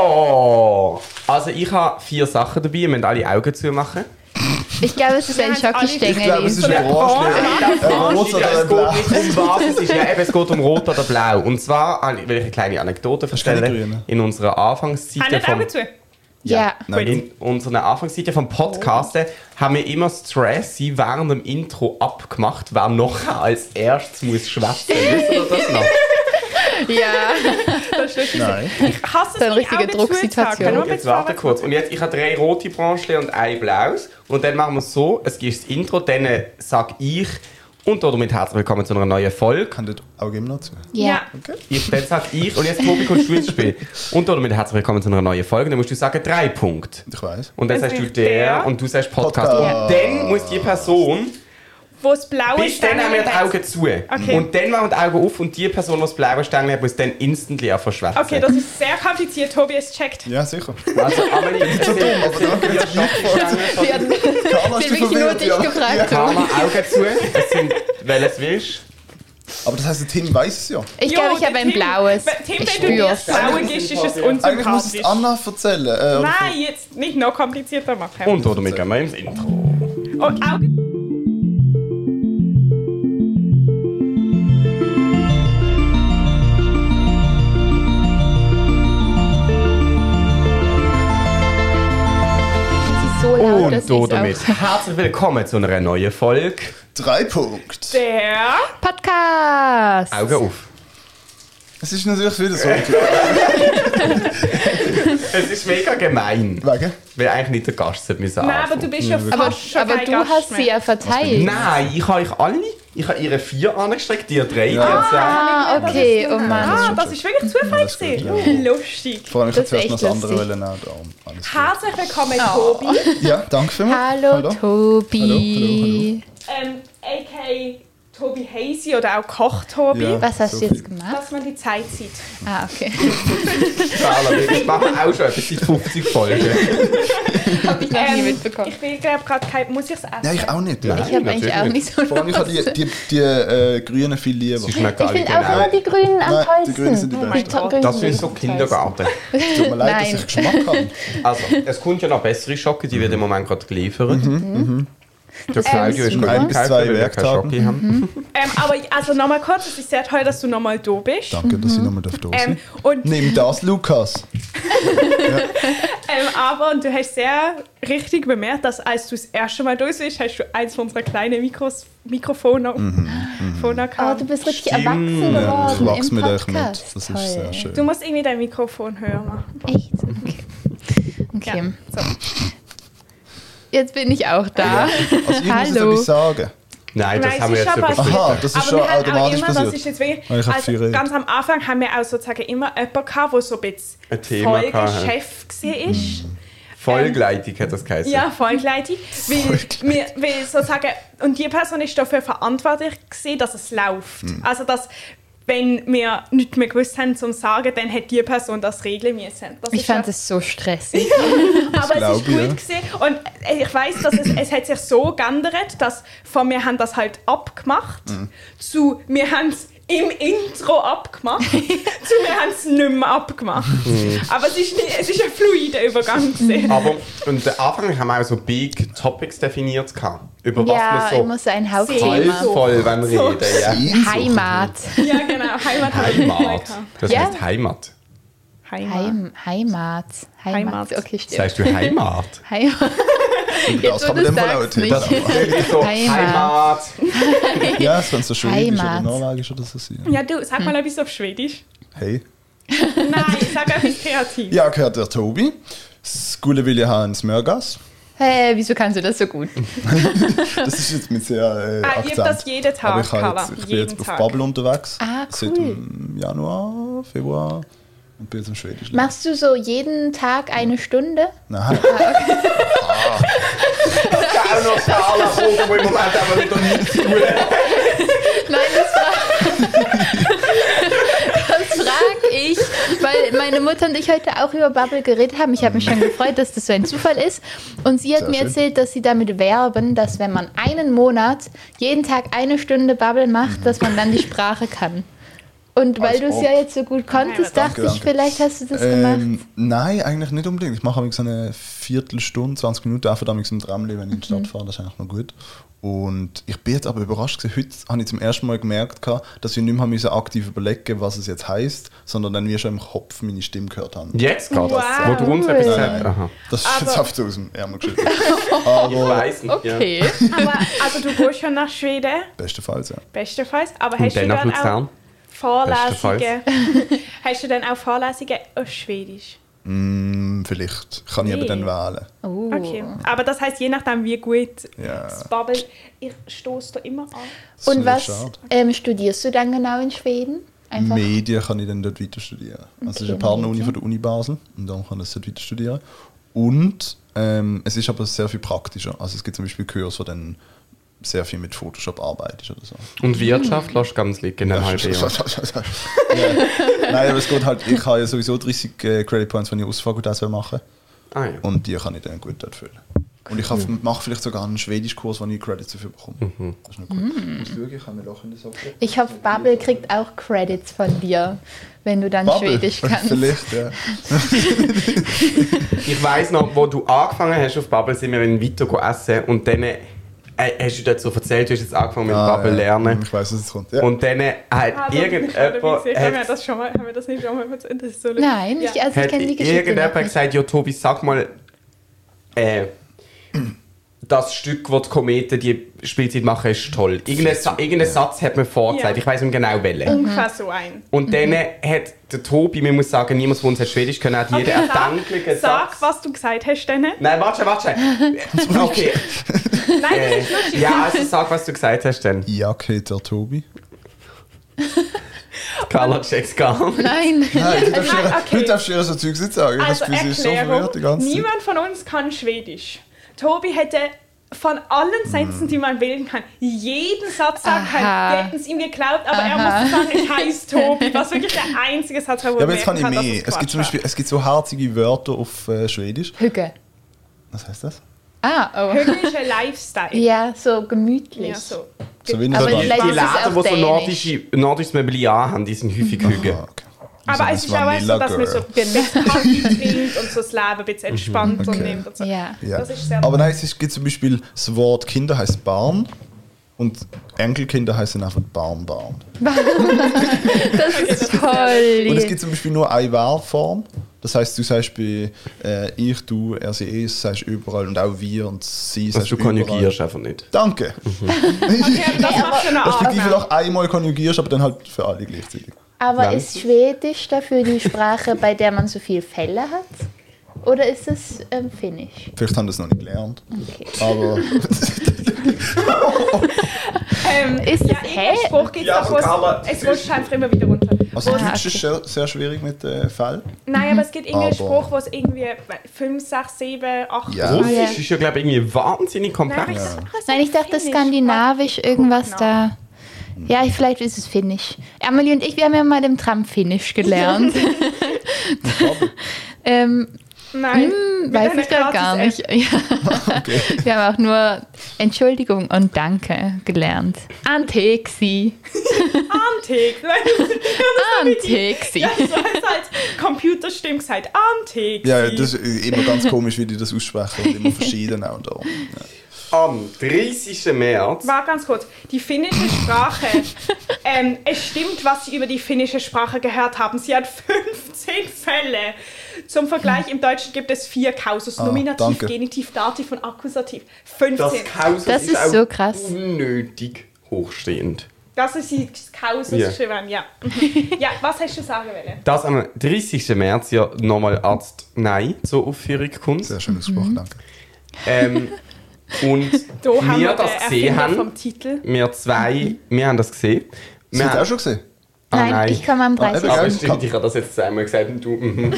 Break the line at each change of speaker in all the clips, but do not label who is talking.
So, also ich habe vier Sachen dabei. Ihr müsst alle Augen zumachen.
Ich glaube, es ist ein
Ich
Schokostängel.
glaube, es ist
Nein,
ein Orange. Ein Rot oder
Es
ein
geht
Blau.
nicht um was, es ist ja eben, es geht um Rot oder Blau. Und zwar ah, will ich eine kleine Anekdote
keine
erzählen.
grüne.
In unserer Anfangszeit
Haben
vom,
Augen zu.
Ja.
Nein,
in unseren Anfangszeiten vom Podcast äh, haben wir immer Stressy während dem Intro abgemacht, wer noch als erstes muss schwätzen. Wisst ihr das noch?
ja.
nein.
Ich hasse es,
So eine
die
richtige
Augen zu zu
Drucksituation.
haben. Nur
Und jetzt
mit
warte
Farbe-
kurz. Und jetzt, ich habe drei rote Branchen und ein blaues. Und dann machen wir es so, es gibt das Intro, dann sage ich und damit herzlich willkommen zu einer neuen Folge.
Kann das Auge immer noch zu?
Ja.
Ich, dann sag ich und jetzt Tobi kommst du ins Spiel. Und damit herzlich willkommen zu einer neuen Folge. Dann musst du sagen, drei Punkte.
Ich weiß.
Und dann
Dann
sagst du
sag ich
der
der.
und du sagst Podcast.
Podcast.
Und dann muss die Person,
Wo das blaue
bis dann haben wir die Augen zu. Und dann machen wir die Augen auf und die Person, die das blaue Stängel hat, muss dann instantly auch verschwätzen.
Okay, das ist sehr kompliziert. Tobi, es checkt.
Ja, sicher.
Also, Amelie, ich
So dumm, aber danke, dass ich mich gefragt
Wir hatten
habe.
wir wirklich nur dich gefragt.
Karma, Augen zu. Es sind, welches willst
Aber das heisst, der Tim weiß es ja.
Ich
Jo,
glaube, ich
der
habe ein
Tim-
blaues.
Wenn- Tim,
Ich
wenn du dir das
spür's.
blaue gibst, ist es unsympathisch.
Eigentlich muss es die Anna erzählen. Äh, oder
Nein, jetzt nicht noch komplizierter machen.
Und damit gehen wir ins Intro.
Oh, Augen.
Es ist so laut, dass
Und
ich's auch-
damit herzlich willkommen zu einer neuen Folge.
Drei Punkte.
Der.
Podcast.
Augen auf.
Es ist natürlich wieder so. Wegen?
Es ist mega gemein. Weil eigentlich nicht der Gast sollte müssen
Nein, aber
anfangen.
du bist ja
Aber,
fast schon
aber
kein
du
Gast
hast
mehr.
sie ja verteilt.
Nein, ich habe euch alle. Ich habe ihre vier angestreckt, die drei, die zwei.
Ah, okay, oh Mann.
Ah, das ist wirklich Zufall
ist gut,
gewesen. Lustig.
Vor allem, ich
Das
hätte
wär
zuerst noch
echt
das andere
lustig.
wollen. auch darum. Alles gut.
Herzlich willkommen,
Oh.
Tobi.
Ja, danke vielmals.
Hallo, Tobi.
Ähm, a.k.a. Tobi Hazy oder auch Koch-Tobi.
Ja.
Was hast du
Sophie.
jetzt gemacht?
Dass man die Zeit sieht.
Ah, okay.
Fehler. Das machen wir auch schon etwas seit 50 Folgen.
Habe ich noch nie
Ähm,
mitbekommen.
Ich will glaube gerade kein... Muss ich es essen?
Ja, ich auch nicht.
Nein.
Ich habe
natürlich
eigentlich auch nicht so
Vor allem, ich habe die, die, die äh, Grünen viel lieber.
Sie schmecken alle
finde auch immer
genau.
die Grünen am
Nein, die Grünen
tollsten.
sind die
Oh mein
besten.
Gott.
Grünen
Das
sind
ist so
die tollsten.
Kindergarten.
Tut mir leid, dass
Nein.
ich Geschmack habe.
Also, es kommt ja noch bessere Schocke, die wird im Moment gerade geliefert. Der Claudio ist
Ähm,
gerade
ein bis zwei
weil wir keine
Werktage.
Schocke haben.
Ähm, aber also nochmal kurz, es ist sehr toll, dass du nochmal da bist.
Danke, dass ich
Mhm.
nochmal da sein
Ähm, und,
Nimm das, Lukas.
ähm, aber und du hast sehr richtig bemerkt, dass als du das erste Mal da bist, hast du eins unserer kleinen Mikros Mikrofone
Mhm,
Mikrofone
Oh,
gehabt.
du bist richtig
Stimmt.
erwachsen geworden.
Ja, Ähm, ich wachse
im
mit euch mit.
Podcast.
Das ist äh,
Toll.
sehr schön.
Du musst irgendwie dein Mikrofon höher machen.
Echt? Okay. Okay.
Ja, so.
Jetzt bin ich auch da.
Also, ich muss jetzt
Hallo.
etwas sagen.
Nein, das
Nein,
haben wir
es ist
jetzt
aber-
übersprungen.
Aha, das ist
Aber
schon
wir haben auch
automatisch
immer, das ist
passiert.
jetzt wirklich,
Ah, ich hab viel
also
geredet.
ganz am Anfang haben wir auch sozusagen immer jemanden gehabt, der so ein
Ein
bisschen
Thema gehabt hat.
Folgechef
Mhm.
war.
Vollgleitig hat das geheißen.
Ja, vollgleitig. Weil, wir, weil sozusagen, und die Person ist dafür verantwortlich gewesen, dass es läuft. Also, dass wenn wir nichts mehr gewusst haben zum Sagen, dann hätte die Person das regeln müssen. Das
Ich
ist
fand
ja-
es so stressig.
aber es ist
glaub ich,
gut
ja.
gewesen. Und äh, ich weiß, dass es, es hat sich so geändert, dass von mir haben das halt abgemacht zu wir haben es im Intro abgemacht zu wir haben es nicht mehr abgemacht. Aber es ist, nicht, es ist ein fluider Übergang gewesen.
Aber und am Anfang haben wir auch so Big Topics definiert. gehabt. Über
ja,
was
ich
man
muss ein
so
Hauptthema.
voll wenn
So.
reden. Ja.
Heimat.
Ja, genau. Heimat.
Heimat. Das
Ja.
heißt Heimat.
Heimat.
Heim, Heimat. Heimat.
Heimat.
Okay, stimmt.
Sagst du Heimat?
Heimat.
Das
Jetzt,
kann
wo
man
du
dem Fall auch
sagst, nicht.
erzählen.
So, Heimat.
Heimat.
Ja, es kann so schwedisch oder
Heimat.
norwegisch oder so sein.
Ja, du, sag mal
Hm.
etwas auf Schwedisch.
Hey.
Nein, sag etwas kreativ.
Ja, gehört der Tobi. Skule will ja haben Smörgas.
Hey, wieso kannst du das so gut?
Das ist jetzt mit sehr äh,
Ah, ihr habt
Akzent.
das jeden Tag,
Aber ich, hab
Carla.
jetzt, ich bin
Jeden
jetzt auf
Tag.
Bubble unterwegs.
Ah,
Seit
cool.
dem Januar, Februar. Und bin jetzt im Schwedisch. lernen.
Machst du so jeden Tag eine Stunde?
Nein.
Ja, auch noch Skala, wo im Moment aber wieder nichts
Nein, das war. das frag ich, weil meine Mutter und ich heute auch über Bubble geredet haben. Ich habe mich schon gefreut, dass das so ein Zufall ist. Und sie hat
Sehr
mir
schön.
erzählt, dass sie damit werben, dass wenn man einen Monat jeden Tag eine Stunde Bubble macht, dass man dann die Sprache kann. Und weil
Als
du es
ob.
ja jetzt so gut konntest,
Nein,
dachte ich, vielleicht hast du das gemacht.
Ähm, nein, eigentlich nicht unbedingt. Ich mache so eine Viertelstunde, 20 Minuten einfach damit im Tramli, wenn ich in die
Mhm.
Stadt fahre. Das ist eigentlich noch gut. Und ich bin jetzt aber überrascht gewesen. Heute habe ich zum ersten Mal gemerkt, gehabt, dass ich nicht mehr müssen aktiv überlegen was es jetzt heisst, sondern dann wie schon im Kopf meine Stimme gehört habe.
Jetzt gerade,
Wow.
wo du uns etwas
Cool.
sagst. Aha.
Das ist
Aber-
jetzt einfach so aus dem Ärmel geschüttelt.
Ich weiß nicht. Ja.
Okay.
Aber also du gehst schon nach Schweden,
Bestenfalls, ja.
bestenfalls. Aber
Und
hast du
dann nach
dann auch
Luzern.
Vorlesungen? hast du dann auch Vorlesungen auf Schwedisch?
Hm, vielleicht. Kann ich
Nee.
eben dann wählen.
Uh.
Oh.
Okay. Aber das heißt, je nachdem, wie gut
Ja.
das Bubble. Ich stoße da immer an.
Das
Und
ist
was
schade.
ähm, studierst du dann genau in Schweden? Einfach.
Medien kann ich dann dort weiter studieren. Also es ist
Okay,
eine Partneruni
Medien.
von der Uni Basel und darum kann ich das dort weiter studieren. Und ähm, es ist aber sehr viel praktischer. Also es gibt zum Beispiel Kurse, wo dann sehr viel mit Photoshop arbeitest oder so.
Und
Mhm.
Wirtschaft lässt ganz liegen in einem halben Jahr.
Ja. Nein, aber es geht halt, ich habe ja sowieso 30 äh, Credit Points, wenn ich Ausfakultät machen will.
Ah, ja.
Und die kann ich dann gut dort füllen. Und ich hab- mache vielleicht sogar einen Schwedischkurs, wo ich Credits dafür bekomme. Das ist noch gut. Mhm. Muss schauen, ich habe mir Loch in der Socke.
Mm. Ich hoffe, Babel kriegt auch Credits von dir, wenn du dann
Bubble.
Schwedisch kannst.
Vielleicht, ja.
Ich weiss noch, wo du angefangen hast auf Bubble, sind wir in Vito go essen und dann äh, hast du dort so erzählt, du hast jetzt angefangen mit
Ah,
Bubble
ja.
lernen.
Ich weiß, dass es kommt. Ja.
Und dann äh, hat
Also, ich
irgendjemand...
habe gesehen, Haben wir
hat-
das schon mal, haben wir das nicht schon mal erzählt? Das ist so lustig.
Nein, ich, also ich
hat
kenne die Geschichte
irgendjemand
noch nicht.
gesagt, ja Tobi, sag mal, äh, das Stück, wo die Kometen die Spielzeit machen, ist toll. Irgendein, Sa irgendein Satz hat mir vorgezeigt,
Ja.
ich weiß nicht genau
Mhm.
welchen.
Ungefähr so ein.
Und dann äh, hat der Tobi, man muss sagen, niemand von uns hat Schwedisch können, hat jeden
Okay, sag-
erdenklichen Satz...
Sag, was du gesagt hast, dann. Nein,
Nein, warte, warte. Okay.
das
Äh,
ist lustig.
ja, also sag, was du gesagt hast, dann.
Jacke der Tobi.
Carla checks gar nicht.
Nein.
Nein, heute darfst,
Nein,
du-
okay.
heute darfst du ja so Zeug nicht sagen.
Also
das Gefühl, sie ist so verwirrt die
Erklärung,
ganze Zeit.
niemand von uns kann Schwedisch. Tobi hätte von allen Sätzen, die man wählen kann, jeden Satz sagen können.
Aha.
Wir hätten es ihm geglaubt, aber er musste sagen, ich heiße Tobi, was wirklich der einzige Satz war, wo
Ja, aber jetzt kann ich
merken
mehr.
dass
Es gibt zum
Quatsch
Beispiel es gibt so herzige Wörter auf äh, Schwedisch.
Hücke.
Was heißt das?
Ah,
war.
oh.
Högischer Lifestyle.
Ja, so gemütlich.
Ja, so.
So wie in
Aber
Schweiz.
vielleicht-
Die
ist es
Läden,
auf
die so
Dänisch.
nordische, nordisches Möbel haben, die sind häufig Hüge.
Ah, okay. So
Aber
ein
es ist auch so,
Vanilla
dass man so
Girl.
ein
Mhm,
bisschen Kaffee trinkt und so das Leben ein bisschen entspannter
Okay.
nimmt. Und so.
Ja.
Ja.
Das ist sehr
Aber nein, es ist- gibt zum Beispiel das Wort Kinder heißt Barn und Enkelkinder heißen einfach Barnbarn.
Das ist toll.
Und es gibt zum Beispiel nur eine Wahlform. Das heißt, du sagst bei äh, ich, du, er, sie, es, sagst überall und auch wir und sie
Also
sagst
du
überall.
konjugierst einfach nicht.
Danke.
Mhm.
Das macht schon eine ne?
Respektive
Arbeit.
noch einmal konjugierst, aber dann halt für alle gleichzeitig.
Aber
Nein.
ist Schwedisch dafür die Sprache, bei der man so viel Fälle hat? Oder ist es ähm, Finnisch?
Vielleicht haben das noch nicht gelernt.
Okay.
Aber
Ähm,
Ist
ja,
es-
irgendeinen
hä?
Spruch gibt es
Ja,
ja,
und Carla-
es rutscht einfach immer wieder runter.
also
Ah,
Deutsch
okay.
ist sehr, sehr schwierig mit äh, Fällen.
Nein, aber es gibt irgendeinen
Aber-
Spruch, wo es irgendwie 5, 6, 7, 8
Ja.
Russisch
Ah, Ja.
ist ja, glaube ich, irgendwie wahnsinnig komplex.
Nein, ich dachte skandinavisch,
Genau.
irgendwas da. Ja, ich- vielleicht ist es Finnisch. Amelie und ich, wir haben ja mal im Tram Finnisch gelernt. ähm,
Nein,
hm,
mit
weiß
einer
ich gerade gar
gratis
nicht. Ja. Wir haben auch nur Entschuldigung und Danke gelernt. Antexi.
Antik. Nein,
Antexi.
das ist als Computerstimme gesagt. Antik.
Ja, das ist immer ganz komisch, wie die das aussprechen. Und immer verschieden auch. Und darum.
Am 30. März.
war ganz kurz. Die finnische Sprache. ähm, es stimmt, was Sie über die finnische Sprache gehört haben. Sie hat 15 Fälle. Zum Vergleich, im Deutschen gibt es vier Kausus.
Ah,
Nominativ,
danke.
Genitiv, Dativ und Akkusativ. 15.
Das Chaos
Das ist so krass.
unnötig hochstehend.
Das ist die Kausus
Ja.
geschrieben, ja. ja, was hast du sagen wollen?
Dass am 30. März ja nochmal Arzt Nein zur Aufführung kommt.
Sehr schön
Mhm.
ausgesprochen, danke.
Ähm, und
Da haben
wir
wir
das
den
gesehen
Erfinder vom
haben,
Titel.
wir zwei, wir haben das gesehen.
Das
Wir
habt ihr
haben-
auch schon gesehen?
Ah,
nein, ich komme am
Ah,
30.
eben, gell?
Aber es stimmt, ich habe das jetzt zweimal gesagt und du. mhm.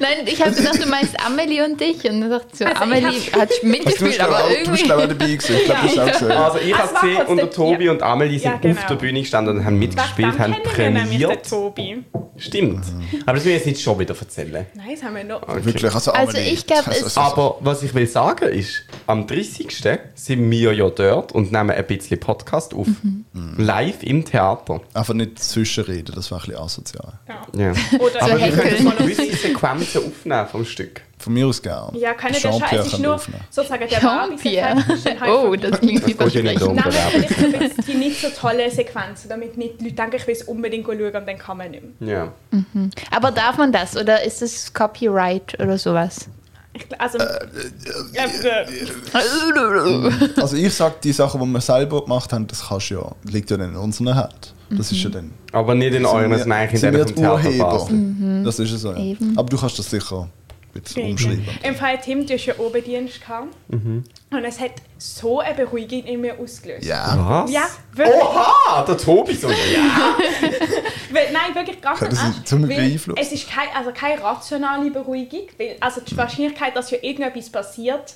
Nein, ich habe gedacht, du meinst Amelie und dich. Und du sagst, so,
Also ich
Amelie hat
Hast Also du es
mitgespielt,
glaub
aber
auch- du bist,
irgendwie.
glaube ich, auch dabei gewesen. Ich glaube, das ist auch gesehen.
Also ich
Ah,
habe
es war
gesehen,
kurz
unter
dort,
Tobi
ja.
und Amelie sind
Ja, genau.
auf der Bühne gestanden und haben mitgespielt, haben
wir nämlich den
trainiert.
Tobi.
Stimmt. Aber das will ich jetzt nicht schon wieder erzählen.
Nein, das haben wir noch.
Okay.
Wirklich, also,
Also
Amelie.
ich glaub,
Also,
es-
also,
Aber was ich will sagen ist, am 30. sind wir ja dort und nehmen ein bisschen Podcast auf.
Mhm.
Live im Theater.
Einfach nicht zwischenreden, das wäre ein bisschen asozial.
Ja.
Ja.
Oder
Aber
Wir können mal
Häkeln.
gewisse Sequenzen aufnehmen vom Stück.
Von mir aus gerne.
ja, keine der
Jean-Pierre
Scheiß ist
kann
nur
aufnehmen.
sozusagen der
Jean-Pierre.
Werbungseffekt ist dann halt
Oh,
von-
das klingt
geht ja nicht
vielversprechend.
um.
Nein, vielleicht ein bisschen die nicht so tolle Sequenzen, damit nicht die Leute denken, ich will es unbedingt schauen und dann kann man nicht mehr.
Ja.
Aber darf man das oder ist es Copyright oder sowas?
Ich, gl- also, äh, äh,
Also ich sage, die Sachen, die wir selber gemacht haben, das kannst du ja, liegt ja dann in unseren Händen. Das ist ja dann...
Aber nicht Mhm. in euren
sind wir-
Nein, in Mhm.
sind
dem
wir
vom
die
Theater
Urheber.
Basel.
Das ist es so, ja.
Eben.
Aber du kannst das sicher ein bisschen umschreiben.
Im Fall Tim, du hast ja Oberdienst gehabt.
Mhm.
Und es hat so eine Beruhigung in mir ausgelöst.
Ja.
Was?
Ja, wirklich.
Oha, der Tobi so. Ja.
Weil, nein, wirklich gar
Kann
kein
das
Ernst,
nicht zum
weil
Beeinflussen?
Es ist keine, also keine rationale Beruhigung. Weil, also die Wahrscheinlichkeit, dass ja irgendetwas passiert,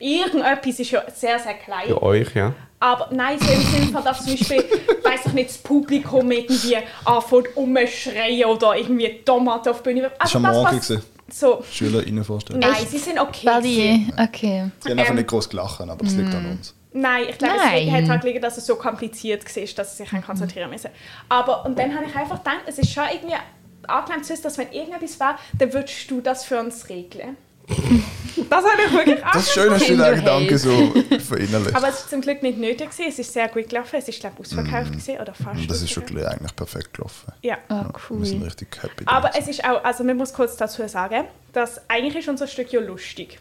irgendetwas ist ja sehr, sehr klein.
Für euch, ja.
Aber nein, so im Sinne von, dass zum Beispiel, weiß ich nicht, das Publikum irgendwie anfängt umschreien oder irgendwie Tomaten auf die Bühne. Also
Das war am
das,
Morgen.
was-
gewesen.
So,
SchülerInnen vorstellen.
nein, sie sind okay. gewesen.
Barbier, okay. Oh,
Sie haben einfach
Ähm.
nicht groß gelachen, aber das liegt an
Mhm.
uns.
Nein, ich glaube,
Nein.
es hat halt gelegen, dass es so kompliziert war, dass sie sich haben konzentrieren musste. Aber und dann habe ich einfach gedacht, es ist schon irgendwie angenehm zu wissen, dass wenn irgendetwas war, dann würdest du das für uns regeln. das habe ich wirklich
Das ist
angefangen.
schön, dass du
Kind
den
du
Gedanken so verinnerlicht.
Aber es war zum Glück nicht nötig. Gewesen. Es ist sehr gut gelaufen. Es ist, glaube ich, ausverkauft gewesen, oder fast.
Mm, Das ist schon
ausverkauft.
eigentlich perfekt gelaufen.
Ja.
Oh,
Wir sind
cool.
richtig happy.
Aber
damit.
es ist auch, also man muss kurz dazu sagen, dass eigentlich ist unser Stück ja lustig.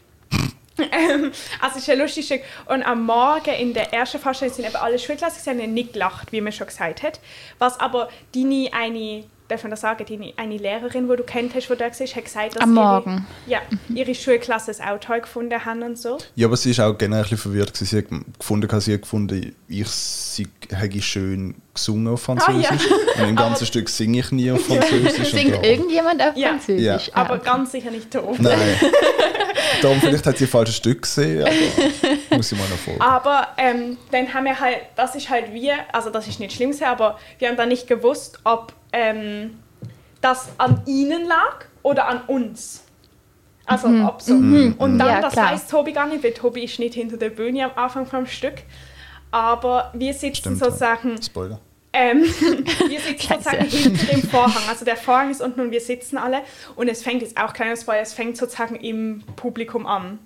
ähm, also es ist ein lustiges Stück. Und am Morgen in der ersten Vorstellung sind eben alle Schulklassen, sie haben nicht gelacht, wie man schon gesagt hat. Was aber deine eine, darf man das sagen, deine eine Lehrerin, die du kennt hast, die da war, hat gesagt, dass
Am
ihre,
Morgen.
Ja, ihre Schulklasse es auch toll gefunden haben und so.
ja, aber sie ist auch generell ein bisschen verwirrt. gewesen. Sie hat gefunden, sie hat gefunden, ich sei- hätte schön gesungen auf Französisch. Und im ganzen Stück singe ich nie auf Französisch. und
Singt
darum-
irgendjemand auf
Ja.
Französisch?
Ja.
Ah,
Aber
okay.
ganz sicher nicht doof.
Nein. darum, vielleicht hat sie ein falsches Stück gesehen, aber muss ich mal noch folgen.
Aber ähm, dann haben wir halt, das ist halt wir, also das ist nicht schlimm, gewesen, aber wir haben dann nicht gewusst, ob ähm, das an ihnen lag oder an uns. Also ob so. Und dann,
Mhm. Ja,
das
klar.
weiß Tobi gar nicht, weil Tobi ist nicht hinter der Bühne am Anfang vom Stück. Aber wir sitzen
Stimmt, ja.
sozusagen
Spoiler.
ähm, wir sitzen sozusagen hinter dem Vorhang. Also der Vorhang ist unten und wir sitzen alle. Und es fängt jetzt auch kleiner Spoiler, es fängt sozusagen im Publikum an.
Mhm.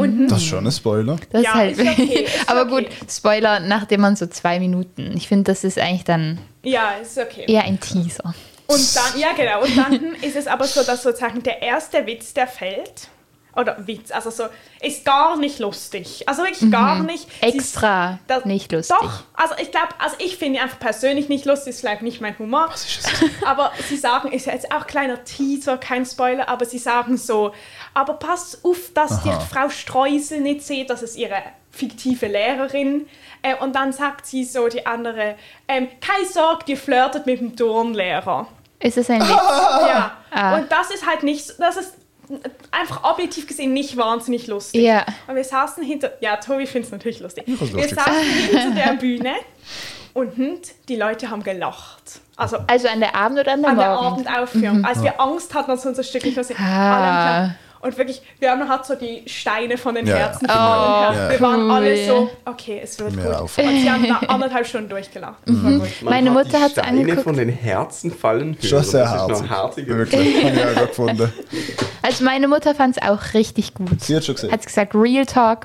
Unten
Das ist schon ein Spoiler.
Das
Ja,
ist halt.
ist okay, ist
aber
okay.
gut, Spoiler, nachdem man so zwei Minuten. Ich finde, das ist eigentlich dann
Ja, ist okay.
eher ein Teaser.
Und dann, ja genau, und dann ist es aber so, dass sozusagen der erste Witz, der fällt, oder Witz, also so, ist gar nicht lustig. Also wirklich gar nicht. Sie-
Mhm. Extra
das-
nicht lustig.
Doch, also ich glaube, also ich finde ihn einfach persönlich nicht lustig, ist vielleicht nicht mein Humor.
Was ist es?
Aber sie sagen, ist ja jetzt auch kleiner Teaser, kein Spoiler, aber sie sagen so, aber pass auf, dass
Aha.
dich Frau Streusel nicht sieht, das ist ihre fiktive Lehrerin. Äh, und dann sagt sie so, die andere, ähm, keine Sorge, die flirtet mit dem Turnlehrer.
Ist es ein Witz?
Ja.
Ah.
Und das ist halt nicht, das ist einfach objektiv gesehen nicht wahnsinnig lustig.
Ja.
Und wir saßen hinter, ja, Tobi findet es natürlich lustig.
Ich find's
Wir
lustig.
saßen hinter der Bühne und hm, die Leute haben gelacht. Also
Also an der Abend oder an der
an der
Morgen?
Abendaufführung, als wir Angst hatten, dass unser Stück nicht lustig
Ah.
alle haben gelacht. Und wirklich, wir haben halt so die Steine von den
Ja,
Herzen
ja.
verloren.
Oh,
wir waren
cool.
alle so, okay, es wird
Mehr
gut.
Aufwand.
Und sie haben da anderthalb Stunden durchgelacht.
Mhm.
Das war gut.
Man
Meine
hat
Mutter hat's
die Steine
angeguckt.
von den Herzen fallen hören.
Schon sehr
Das ist
herzig.
noch herziger.
Wirklich, habe ich auch gerade gefunden.
Also meine Mutter fand es auch richtig gut.
Sie hat schon gesehen.
Hat gesagt, Real Talk.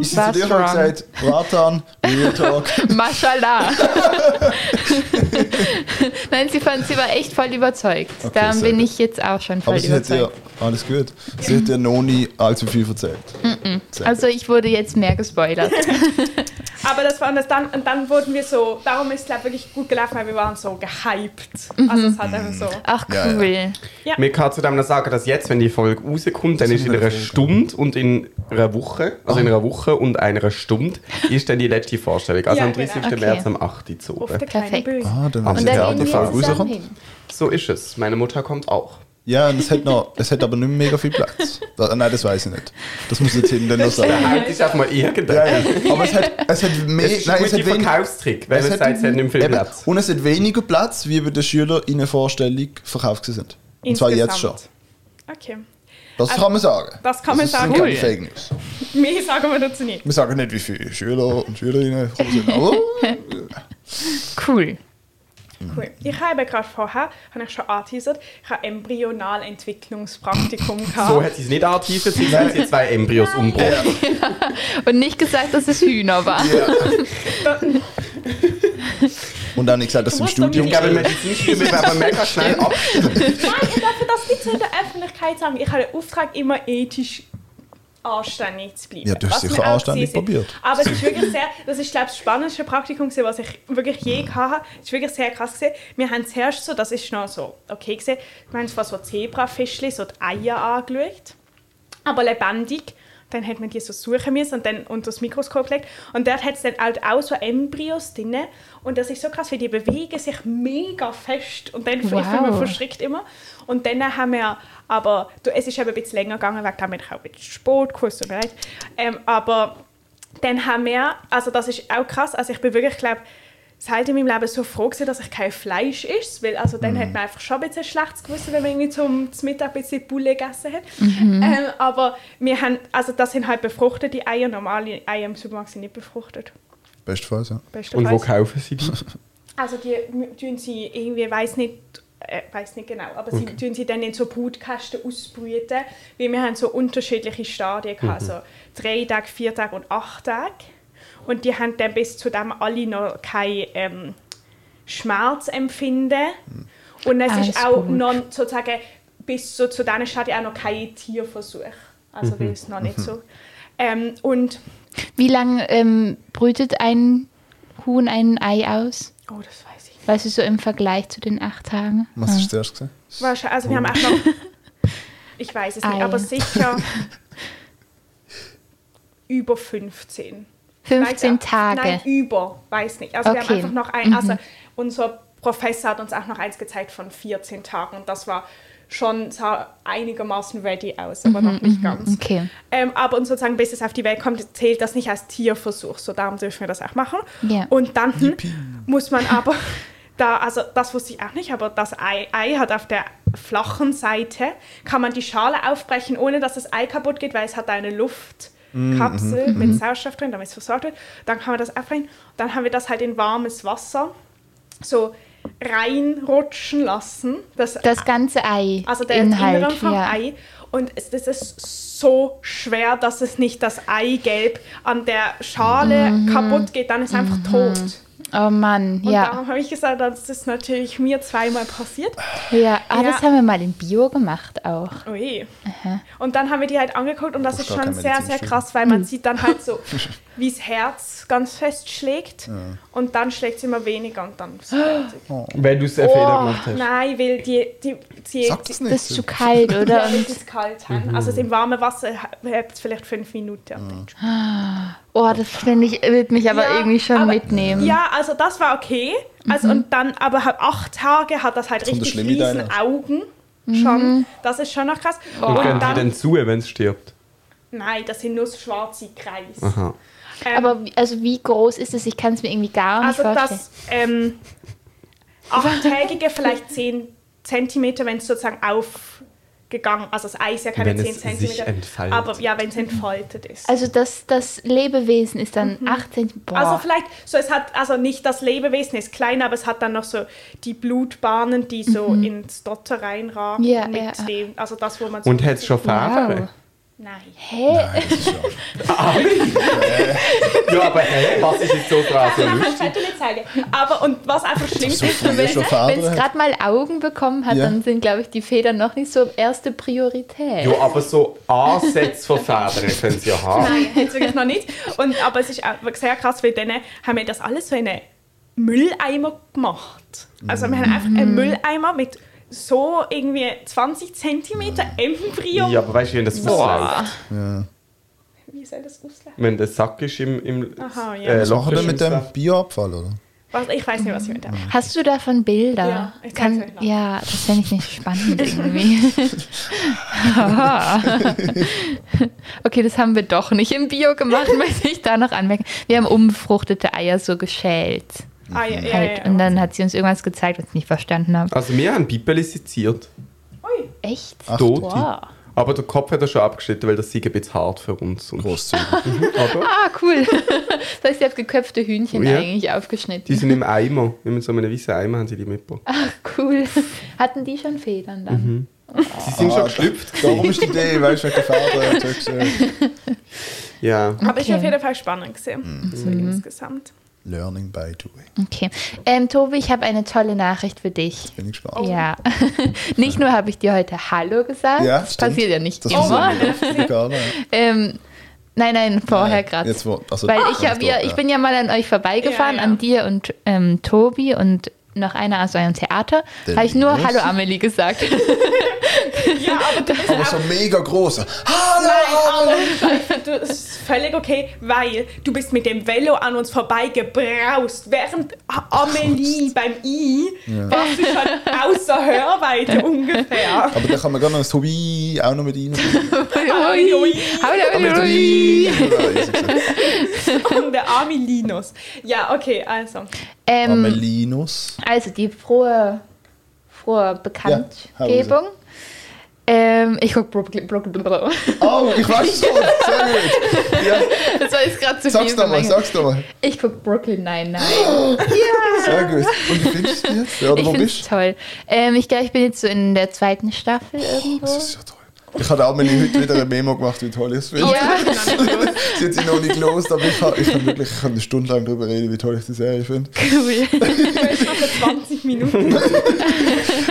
Ich habe zu dir
strong.
schon gesagt, Ratan, Real Talk.
Mashallah. Nein, sie fand, sie war echt voll überzeugt.
Okay,
da
sehr
bin
gut.
ich jetzt auch schon voll
Aber sie hat dir,
überzeugt.
alles gut, sie hat dir noch nie allzu viel erzählt. Sehr
Also ich wurde jetzt mehr gespoilert.
Aber das war und das dann und dann wurden wir so, darum ist es wirklich gut gelaufen, weil wir waren so gehypt. Also es hat einfach so.
Mhm. Ach
Ja, ja.
cool.
Mir kann zudem noch sagen, dass jetzt, wenn die Folge rauskommt, dann ist in einer Stunde und in einer Woche, also in
Oh.
einer Woche und einer Stunde, ist dann die letzte Vorstellung. Also
Ja,
am 30.
genau.
März
Okay.
am 8. Uhr zu
Auf
oben.
der kleinen
Perfekt.
Bühne.
Ah, dann
Und
Und
weiß ich
Ja,
da
ja,
gehen
die
die
wir
Frage
Folge
zusammen
rauskommt.
hin.
So ist es. Meine Mutter kommt auch.
Ja, und es hat, noch, es hat aber nicht mehr mega viel Platz. Da, nein, das weiß ich nicht. Das muss jetzt eben dann noch
Der
sagen.
eine ist einfach mal irgendein.
Ja, ja. Aber es hat, es hat mehr.
Es ist
nein,
ein
es hat
guter
wenig,
Verkaufstrick, wenn
es
man
hat-
sagt, es hat nicht viel
eben.
Platz.
Und es hat weniger Platz, wie bei den Schülern in der Vorstellung verkauft gewesen sind. Und zwar jetzt schon.
Insgesamt. Okay.
Das
Also,
kann man sagen.
das kann man
ist-
sagen.
sind keine
Ui.
Fake News.
Mehr sagen wir dazu nicht.
Wir sagen nicht, wie viele Schüler und Schülerinnen gekommen sind, aber
Cool. Mhm.
Cool. Ich habe gerade vorher, habe ich schon angeteasert, ich habe Embryonalentwicklungspraktikum gehabt.
So hat sie es nicht angeteasert, sie hat sie zwei Embryos umgebracht.
Und nicht gesagt, dass es Hühner war.
Und dann habe ich gesagt, dass
Du
im
musst doch
Studium.
Ich glaube, medizinisch wir aber mega schnell ab.
Nein, ich darf das nicht so in der Öffentlichkeit sagen. Ich habe den Auftrag, immer ethisch anständig zu bleiben.
Ja, du hast
Was
sicher
wir auch
anständig
gewesen
probiert.
sind. Aber es ist wirklich sehr, das ist, glaube ich, das spannendste Praktikum, gewesen, was ich wirklich je gehabt habe. Es ist wirklich sehr krass. Gewesen. Wir haben zuerst so, das ist noch so okay gewesen, wir haben zwar so Zebrafischli, so die Eier angeschaut, aber lebendig. Dann hat man die so suchen müssen und dann unter das Mikroskop gelegt. Und dort hat es dann halt auch so Embryos drin. Und das ist so krass, weil die bewegen sich mega fest. Und dann ich bin mir
Wow.
verschreckt immer. Und dann haben wir aber, du, es ist eben ein bisschen länger gegangen, wegen damit ich auch ein bisschen Sport gewusst tut mir leid. Ähm, aber dann haben wir, also das ist auch krass, also ich bin wirklich, glaube Seit in meinem Leben so froh gewesen, dass ich kein Fleisch ist, weil also dann hat man einfach schon ein bisschen schlechtes Gewissen, wenn man irgendwie zum, zum Mittag ein bisschen Bulle gegessen hat. Ähm, aber wir haben, also das sind halt befruchtete Eier, normale Eier im Supermarkt sind nicht befruchtet.
Bestenfalls, ja.
Und wo
bestenfalls.
kaufen sie die?
Also die m- tun sie irgendwie, weiß nicht, äh, weiß nicht genau, aber sie tun sie dann in so Brutkästen ausbrüten, weil wir haben so unterschiedliche Stadien gehabt, also drei Tage, vier Tage und acht Tage. Und die haben dann bis zu dem alle noch kein ähm, Schmerzempfinden. Und es ist
Alles
auch
gut.
noch sozusagen bis so zu diesen Stadien auch noch kein Tierversuch. Also weil es noch nicht so. Ähm, und
Wie lange ähm, brütet ein Huhn ein Ei aus?
oh, das weiß ich. nicht.
Weißt du, so im Vergleich zu den acht Tagen?
Was ist zuerst gesehen?
Wahrscheinlich, also wir haben auch noch. Ich weiß es nicht,
Ei.
aber sicher über 15. Vielleicht
15
auch- Nein,
Tage.
über, weiß nicht. Also wir haben
Okay. Mhm.
einfach noch ein, also unser Professor hat uns auch noch eins gezeigt von 14 Tagen und das war schon sah einigermaßen ready aus, aber noch nicht ganz.
Mhm, Okay.
Ähm, aber und sozusagen, bis es auf die Welt kommt, zählt das nicht als Tierversuch. So, darum dürfen wir das auch machen.
Ja.
Und dann muss man aber da, also das wusste ich auch nicht, aber das Ei, Ei hat auf der flachen Seite, kann man die Schale aufbrechen, ohne dass das Ei kaputt geht, weil es hat eine Luftkapsel mit Sauerstoff drin, damit es versorgt wird. Dann kann man das aufbrechen. Dann haben wir das halt in warmes Wasser so reinrutschen lassen. Das
Das ganze Ei.
also der
Inhalt,
Inneren vom
ja.
Ei. Und es, das ist so schwer, dass es nicht das Eigelb an der Schale
Mhm.
kaputt geht, dann ist es einfach tot.
Oh Mann,
Und
Mhm. ja.
darum habe ich gesagt, das ist natürlich mir zweimal passiert.
ja. Ah, das
Ja.
haben wir mal in Bio gemacht auch.
Ui. Oh Und dann haben wir die halt angeguckt und das
brauchst
ist
gar
schon
kein
sehr, sehr
Medizinstudium.
krass, weil
Mhm.
man sieht dann halt so, wie das Herz ganz fest schlägt und dann schlägt es immer weniger und dann ist es fertig.
Wenn du es
Oh,
einen Fehler gemacht hast.
Nein, weil die, die, die,
Sag das nicht.
Das ist zu kalt,
Ja,
oder?
weil sie
Und,
es kalt haben. Also im warmen Wasser hat es vielleicht fünf Minuten. am Tag.
oh, das finde ich, wird mich aber
Ja,
irgendwie schon
aber-
mitnehmen.
Ja, also das war okay. Also und dann, aber halt acht Tage hat das halt
kommt
richtig
das Schlimme
riesen
deiner.
Augen schon. Das ist schon noch krass.
Und gehen die dann zu, wenn es stirbt?
nein, das sind nur so schwarze Kreise.
Aha.
Ähm,
Aber wie- also wie groß ist es? Ich kann es mir irgendwie gar nicht
also
vorstellen.
das ähm, achttägige vielleicht zehn Zentimeter, wenn es sozusagen aufgegangen, also das Eis ja keine
Wenn es
zehn
sich
Zentimeter,
entfaltet.
aber ja, wenn es entfaltet ist.
also das, das Lebewesen ist dann 18. Boah.
Also vielleicht, so es hat, also nicht das Lebewesen ist klein, aber es hat dann noch so die Blutbahnen, die so ins Dotter reinragen.
Mhm. Ja,
mit
ja, ja.
dem, also das, wo man so
Und hat es schon eh? Farbe?
Wow.
Nein.
Hä?
Nein, das ist ja.
Ja, aber hey, was ist jetzt so dran?
Also nachher ein Zettel zeigen. Aber und was einfach schlimm
So
ist,
früh ist schon
Wenn es
Farbe.
gerade mal Augen bekommen hat,
Ja.
dann sind, glaube ich, die Federn noch nicht so erste Priorität.
Ja, aber so Ansätze von Federn können sie ja haben.
nein, jetzt wirklich noch nicht. Und, aber es ist auch sehr krass, weil dann haben wir das alles so in einen Mülleimer gemacht. Also wir haben einfach
Mhm.
einen Mülleimer mit so irgendwie 20 Zentimeter Embryo.
Ja, aber weißt du, wenn das
Boah.
ausläuft?
Wie soll das auslaufen?
Wenn der Sack ist im, im
Aha, ja.
äh,
Was machen
Loch
wir
ist
denn mit
im
dem
Sack.
Bioabfall, oder?
Was- Ich weiß nicht, was ich mit dem
Hast du davon Bilder?
Ja, ich zeig's euch noch.
ja das fände ich nicht spannend irgendwie. Haha. okay, das haben wir doch nicht im Bio gemacht, möchte ich da noch anmerken. Wir haben unbefruchtete Eier so geschält.
Ah, ja, ja, ja,
Halt.
ja.
Und dann hat sie uns irgendwas gezeigt, was ich nicht verstanden habe.
Also wir haben Bibel seziert.
Ui.
Echt?
Ach,
Tot.
Wow.
Aber den Kopf hat er schon abgeschnitten, weil das sei ein bisschen hart für uns. Und
Großzügig.
Aber
Ah, cool. Das heißt, ihr habt geköpfte Hühnchen
Ja.
eigentlich
die
aufgeschnitten.
sind im Eimer. In so einem weißen Eimer haben sie die mitgebracht.
Ach, cool. Hatten die schon Federn dann?
Sie sind schon
Ah,
geschlüpft.
Darum ist die Idee, weißt du, wegen Federn. und so.
Ja.
Aber es
Okay.
war auf
Mhm.
jeden Fall spannend gesehen.
Mhm.
So insgesamt.
Learning by doing.
Okay. Ähm, Tobi, ich habe eine tolle Nachricht für dich.
Bin ich gespannt.
Ja. Nicht nur habe ich dir heute Hallo gesagt,
Ja,
das
stimmt.
passiert ja nicht Oh,
Das ist
immer.
ja nicht egal, ne?
Ähm, nein, nein, vorher
Nein,
gerade.
jetzt wo- also-
Weil ich,
Ah,
hab
so,
ja,
ja.
ich bin ja mal an euch vorbeigefahren,
Ja, ja.
an dir und ähm, Tobi und noch einer aus eurem Theater.
Der
Habe ich nur
Linus?
Hallo Amelie gesagt.
Ja, aber du bist
Aber so mega groß. Hallo!
Nein, aber ich find, du- das ist völlig okay, weil du bist mit dem Velo an uns vorbeigebraust. Während Amelie beim I warst du schon außer Hörweite ungefähr.
Aber da kann man gar noch ein Hobby auch noch mit rein.
Ui, ui. Hallo
Mit
Amelie.
rein!
Und der arme Linus. Ja, okay, also.
Ähm,
Amelinus.
Also die frohe, frohe Bekanntgebung.
Hause.
ähm, ich gucke Brooklyn. Brooklyn. Das
Oh, ich weiß es schon. Sehr gut. Ja,
war jetzt gerade zu
sag's
viel.
doch mal,
gemeint.
sag's doch mal.
Ich gucke Brooklyn, nein, nein.
Sehr gut. Und wie findest du die jetzt? Ja, Oder
ich
wo
finde es
bist
toll. Ähm, ich glaube, ich bin jetzt so in der zweiten Staffel
du? Das
irgendwo.
ist ja toll. Ich habe auch meine heute wieder eine Memo gemacht, wie toll ich es finde.
Ja.
Sie hat sie noch nicht gelost, aber ich kann, ich kann wirklich ich kann eine Stunde lang darüber reden, wie toll ich die Serie finde.
Cool.
Ich habe 20 Minuten.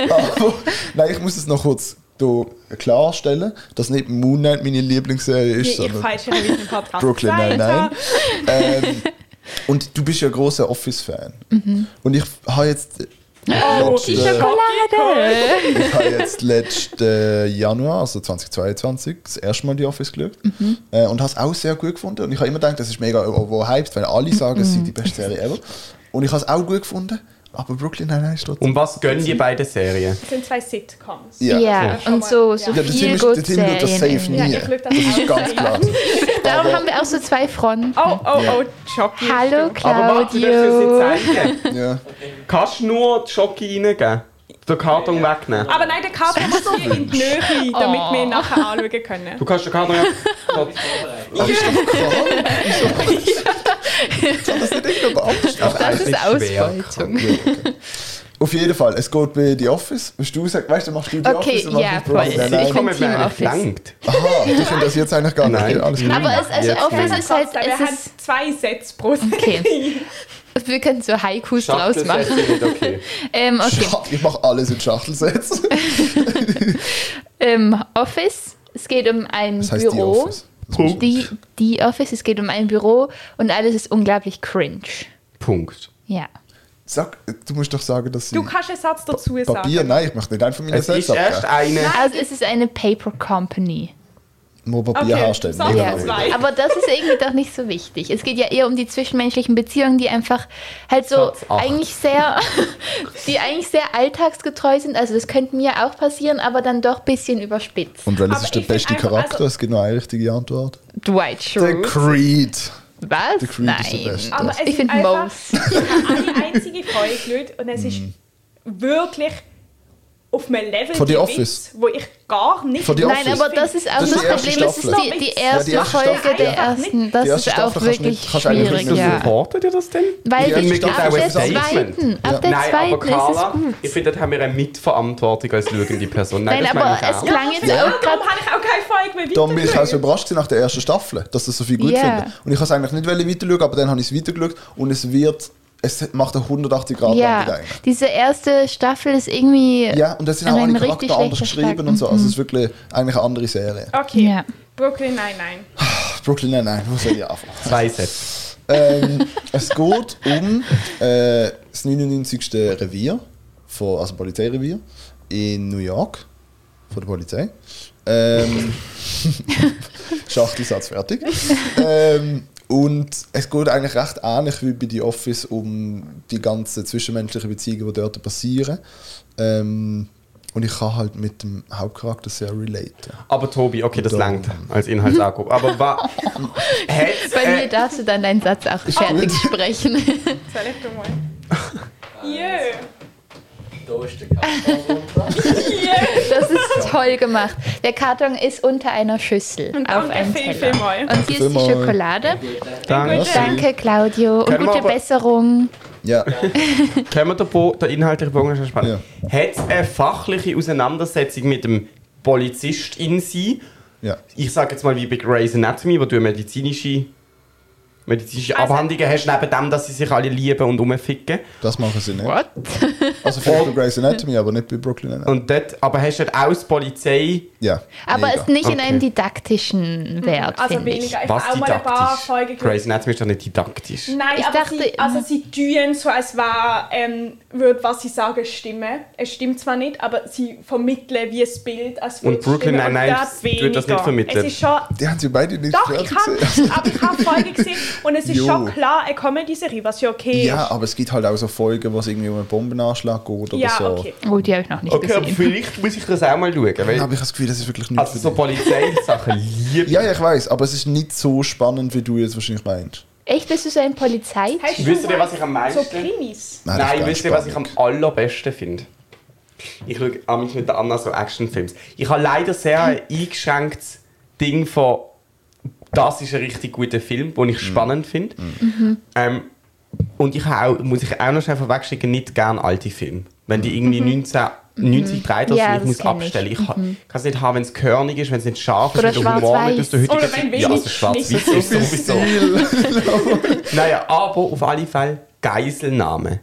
Aber, nein, ich muss es noch kurz hier klarstellen, dass nicht Moonlight meine Lieblingsserie ist,
Ich
sondern
falsche ein paar Trassen
Brooklyn
weiter.
Nine-Nine. ähm, und du bist ja großer Office-Fan. Und ich habe jetzt
Oh,
Letzte-
die Schokolade.
ich habe jetzt letzten Januar, also 2022, das erste Mal die Office geschaut
Mhm.
äh, und habe es auch sehr gut gefunden. Und ich habe immer gedacht, das ist mega overhyped, weil alle sagen, es sei die beste Serie ever. Und ich habe es auch gut gefunden, aber Brooklyn Nine-Nine ist trotzdem...
Und Um was gönnen die beiden Serien?
Das sind zwei Sitcoms.
Ja,
Ja.
und so, so
Ja,
Ja, der Tim
viel
ist,
gut
der Tim wird das safe nie.
Ja, ich schaue das
das ist
auch.
ganz klar.
Darum
Aber-
haben wir auch so zwei Fronten.
Oh, oh, oh, Jockey.
Hallo
Aber warte, du darfst
Claudio.
es nicht zeigen.
Ja.
Kannst du nur die Schocke reingeben? Den Karton wegnehmen?
Aber nein, der Kaffee muss hier in die Nähe, damit wir
Oh.
ihn nachher anschauen können.
Du kannst den Karton ja...
Aber ist doch krank. Ist doch krank. Kann das nicht irgendwo anders machen?
Das ist Ausbeutung.
Auf jeden Fall, es geht bei The Office. Wenn du sagst, weißt du, dann machst du The
Okay,
Office und machst
ja,
nicht Brooklyn
voll.
Nine-Nine.
Ich komme mit
Team
mir
Office.
gelangt.
Aha, dich interessiert es eigentlich gar nicht.
Nein.
Okay, alles klar.
Aber es, also
Jetzt
Office
nicht.
ist halt,
wir
es
haben
ist,
zwei Sätze pro Serie.
Okay. Hm. wir können so Haikus draus machen.
Okay.
Ähm, okay.
Schade, ich mache alles in Schachtelsätze.
ähm, Office. Es geht um ein
Das heißt The
Büro.
Office. Das muss-
Die, die Office, es geht um ein Büro und alles ist unglaublich cringe.
Punkt.
Ja.
Sag, du musst doch sagen, dass sie
Du kannst einen Satz dazu
Papier,
sagen.
nein, ich mache nicht einfach meine
Es ist
Sätze
erst
abgeben.
eine...
Also es ist eine Paper Company.
Nur Papier
Okay,
herstellen.
sag
mega
das
gut.
mal. Nein.
Aber das ist irgendwie doch nicht so wichtig. Es geht ja eher um die zwischenmenschlichen Beziehungen, die einfach halt so
Satz acht.
eigentlich sehr, die eigentlich sehr alltagsgetreu sind. Also das könnte mir auch passieren, aber dann doch ein bisschen überspitzt.
Und welches
Aber
ist der
ich find
beste
einfach,
Charakter?
also-
es gibt nur eine richtige Antwort.
Dwight
Der
Schrute.
Creed.
Was?
The Creed ist der
Nein.
Beste.
Aber es
Ich
ist
finde
einfach-
Mouse.
Ich habe eine einzige Folge geschaut und es ist wirklich auf einem Level
Hm. Von The
die
Office.
Witz, wo ich gar nicht...
Von The
Nein,
Nein,
Office.
aber das ist auch
Das
das,
ist die erste
Problem, es ist
Staffel.
die, die
Ja,
erste
die erste
Folge
Staffel.
der
Einfach
ersten. Das
Die erste
ist auch
Staffel kannst du
wirklich
nicht- kannst du eigentlich
schwierig,
nicht
ja.
Supportet ihr das denn?
Weil
Die
die,
erste
die
Staffel
ab der
ist ein
Statement.
zweiten, ab
Ja.
der
Nein, aber
zweiten ist es
Carla,
gut.
ich finde, da haben wir eine Mitverantwortung als schaue Person. Nein,
Nein,
das
aber
meine ich
es
auch.
klang jetzt
Ja. genau
auch gerade.
Darum habe ich auch keine Folge mehr
Darum bin ich auch so
weitergeschaut.
überrascht gewesen nach der ersten Staffel, dass das so viel gut
Ja.
finden. Und ich habe es eigentlich nicht weiterschauen, aber dann habe ich es weitergeschaut und es wird, es macht eine 180 Grad Wendung
Ja,
eigentlich.
diese erste Staffel ist irgendwie.
Ja, und das sind auch
An
alle
einem
Charakter
richtig
anders
schlechten
geschrieben
Tag.
und so. Also
Mhm.
es ist wirklich eigentlich eine andere Serie.
Okay,
Ja.
Brooklyn, nein, nein.
Ach, Brooklyn, nein, nein, wo soll ich anfangen?
Zwei Sätze.
ähm, es geht um äh, das 99. Revier, von, also Polizeirevier, in New York, von der Polizei. Ähm, Schachtelsatz fertig. ähm, und es geht eigentlich recht ähnlich wie bei The Office um die ganzen zwischenmenschlichen Beziehungen, die dort passieren. Ähm, und ich kann halt mit dem Hauptcharakter sehr relaten.
Aber Tobi, okay, das
Darum.
langt als Inhaltsangabe. Aber was...
Bei
Äh.
mir darfst du dann deinen Satz auch fertig sprechen.
Soll ich doch mal? Yeah.
obersten Karton runter.
Das ist toll gemacht. Der Karton ist unter einer Schüssel
Und
auf
danke
einem
viel,
Teller.
vielmals.
Und hier ist die
Vielmals.
Schokolade.
Danke.
Danke, Claudio. Und
Können wir
gute
aber-
Besserung.
Ja.
Können wir den, Bo den inhaltlichen Bogen schon spannen? Hat es eine fachliche Auseinandersetzung mit dem Polizist in sie?
ja.
Ich sage jetzt mal wie bei Grey's Anatomy, wo du eine medizinische, medizinische
Also-
Abhandlungen hast, neben dem, dass sie sich alle lieben und umficken.
Das machen sie nicht. What? Also vielleicht bei Grey's Anatomy, aber nicht bei Brooklyn Nine-Nine.
Und dort, aber hast du dort auch die Polizei...
Ja.
Aber
mega.
es nicht in
Okay.
einem didaktischen Wert,
Also
finde ich.
weniger. Ich
Was
habe auch mal ein paar Folgen
didaktisch?
geschaut.
Grey's Anatomy ist doch nicht didaktisch.
Nein,
Ich
aber
dachte hm.
sie,
immer-
also sie tun so, als war, ähm, würde, was sie sagen, stimmen. Es stimmt zwar nicht, aber sie vermitteln wie ein Bild, als würde
Und Brooklyn
stimmen. Und
Nine-Nine
das
tut das
weniger.
nicht vermitteln.
Es ist schon...
Die haben sie beide nicht
Doch,
fertig
ich habe aber ich habe Folge gesehen und es ist
Jo.
schon klar eine Comedy-Serie, was ja okay
Ja,
ist.
aber es gibt halt auch so Folgen, wo es irgendwie um einen Bombenanschlag geht oder
Ja,
so.
okay.
Oh, die habe ich noch nicht
Okay, aber
gesehen.
vielleicht muss ich das auch mal schauen.
Dann
Weil,
habe ich das Gefühl, das ist wirklich nicht
also so
für dich.
Polizeisachen liebe
Ja, ja, ich weiß, aber es ist nicht so spannend, wie du jetzt wahrscheinlich meinst.
Echt, bist du so ein Polizei?
Hast du
Wisst ihr,
mal
was ich am meisten-
So Krimis.
das ist
Nein,
ganz
wisst ihr, was ich am
spannend.
allerbesten finde? Ich schaue an mich mit der Anna so Actionfilms. Ich habe leider sehr ein eingeschränktes Ding von das ist ein richtig guter Film, den
Mm.
ich spannend finde. Ähm, und ich habe auch, muss ich auch noch schnell vorwegschicken, nicht gerne alte Filme. Wenn die irgendwie 19, 90 gedreht sind,
Ja,
ich
das
muss
kenn ich.
abstellen. Ich, ha- kann es nicht haben, wenn es körnig ist, wenn es nicht scharf
Oder
ist, wenn der Humor nicht aus der heutigen
schwarz-weiß.
Oder wenn
Zeit- Ja,
wenig
also schwarz-weiß
Schnitzel.
ist sowieso. Naja, aber auf alle Fälle Geiselnahme.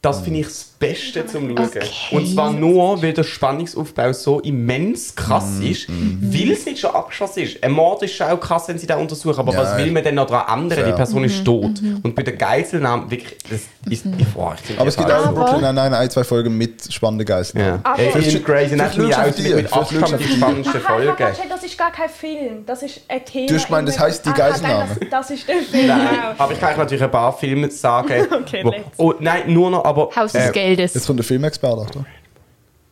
Das finde ich das Beste zum Schauen.
Okay.
Und zwar nur, weil der Spannungsaufbau so immens krass
Mhm.
ist, weil es nicht schon abgeschossen ist. Ein Mord ist schon auch krass, wenn sie da untersuchen, aber
Ja.
was will man denn noch daran ändern?
Fair.
Die Person
Mhm.
ist tot. Und bei der Geiselnahme, wirklich, das ist die Frage.
Aber es gibt auch in
Aber-
Brooklyn Nine-Nine ein, zwei Folgen mit spannenden Geistern.
Ja.
Aber-
Ey, in
Vielleicht-
Grey's Anatomy
vielleicht
auch
schaust du
mit, mit
auf
Abstand
die. Vielleicht
die
schaust du auf die.
spannendste
Aha, ich habe
Folge.
festgestellt, das ist gar kein Film, das ist ein Thema.
Du hast gemeint, das
in-
heisst die
Ah, nein,
Geiselnahme.
Das, das ist der Film. genau.
Nein, Äh, aber ich kann euch natürlich ein paar Filme sagen.
Okay,
wo,
let's.
oh, nein, nur noch, aber
Haus des
äh,
Jetzt
Geldes.
kommt der Filmexperte, oder?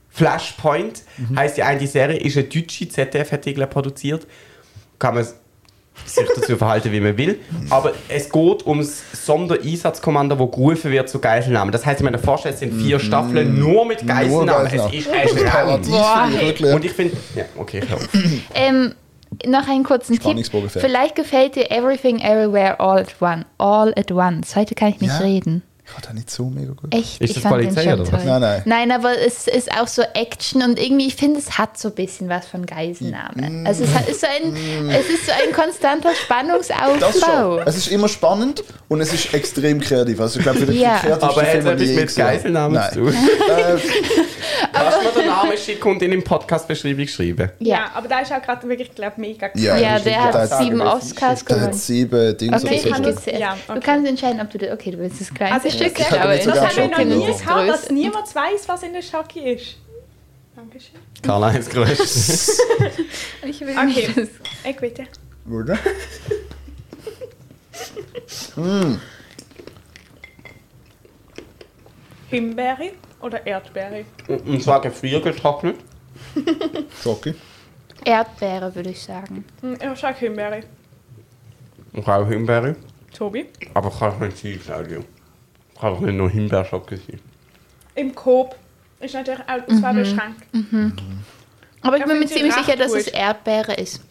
Flashpoint heisst die eine Serie, ist eine deutsche ZDF hat die glaub, produziert. Kann man sich dazu verhalten, wie man will. Aber es geht ums Sondereinsatzkommando, wo gerufen wird zu Geiselnahmen. Das heißt, ich meine, vorstellen, es sind vier Staffeln nur mit Geiselnahmen.
Mhm. Geiselnahmen.
Es ist ein
Paradies
Traum.
für die Brooklyn.
Und ich finde. Ja, okay, ich glaube.
Ähm, noch einen kurzen Tipp.
Spannungsbogen fährt.
Vielleicht gefällt dir Everything Everywhere All at One. All at Once. Heute kann ich nicht
Ja.
reden.
Ich fand das nicht so mega gut.
Ist
Echt, ich
das
fand
Polizei
den schon
oder was?
toll.
Nein, nein.
Nein, aber es ist auch so Action und irgendwie, ich finde, es hat so ein bisschen was von Geiselnahme.
Mm.
Also es hat- ist so ein, es ist so ein konstanter
Das schon.
Spannungsaufbau.
Es ist immer spannend und es ist extrem kreativ. Also ich glaube, für den
Ja.
kreativsten
Aber
Film,
hat
den ich
etwas
je
mit
gesehen habe.
Geiselnahmen zu
Nein.
tun.
Äh,
Kannst du mir den Namen schicken und in den Podcast-Beschreibung schreiben?
Ja,
Ja.
aber da ist auch gerade wirklich, glaube mega krass.
Ja,
Ja,
das ist
der
total
hat sieben
sagen,
Oscars
Der hat
gewonnen.
sieben Dings
Okay, ich
so
kann
schon.
oder
das
so.
zuerst.
Ja, okay.
Du kannst entscheiden, ob du das. Okay, du willst das kleine
Also ich
Stück.
glaub,
aber das
ich sogar
haben
Das
wir
haben
Schock
wir noch nie
genug.
gehabt, dass
Größe.
niemand weiß, was in der Schocke ist. Dankeschön.
Karl-Heinz Grösch.
Ich will
Okay.
nicht, dass-
Ich bitte.
Oder?
Himbeere oder Erdbeere?
Und und zwar gefriergetrocknet.
Schocki.
Erdbeere, würde ich sagen.
Hm, Ich sage Himbeere.
Und auch Himbeere.
Tobi?
Aber kann doch nicht sein, Claudio. Kann doch nicht nur Himbeerschocke sein.
Im Coop ist natürlich auch zwei beschränkt.
Aber ich
Da
bin mir
finde ich
ziemlich
recht
sicher, dass
gut.
es Erdbeere ist.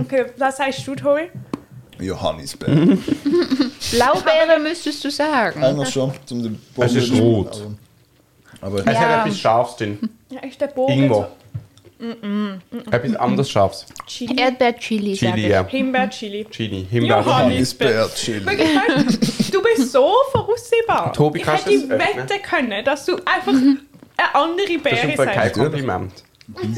Okay, was sagst du, Tobi?
Mhm.
Johannisbeer.
Blaubeere müsstest du sagen.
Einer schon. Zum den
Es ist
Bomben-
rot.
Aber, aber
Es
Ja.
hat etwas Scharfes drin.
Ja, ist der Bogen
Ingwer. Etwas anderes Scharfes.
so Chili?
Erdbeer-Chili, sage
Chili,
ich.
ja.
Himbeer-Chili.
Chili, Himbeere.
Johann.
Johannisbeer, Chili.
Wirklich, weißt du, du bist so voraussehbar.
Tobi,
ich
kannst
hätte
du das öffnen?
wetten können, dass du einfach eine andere
Das ist
Beere
im Fall kein
sagst.
Kompliment.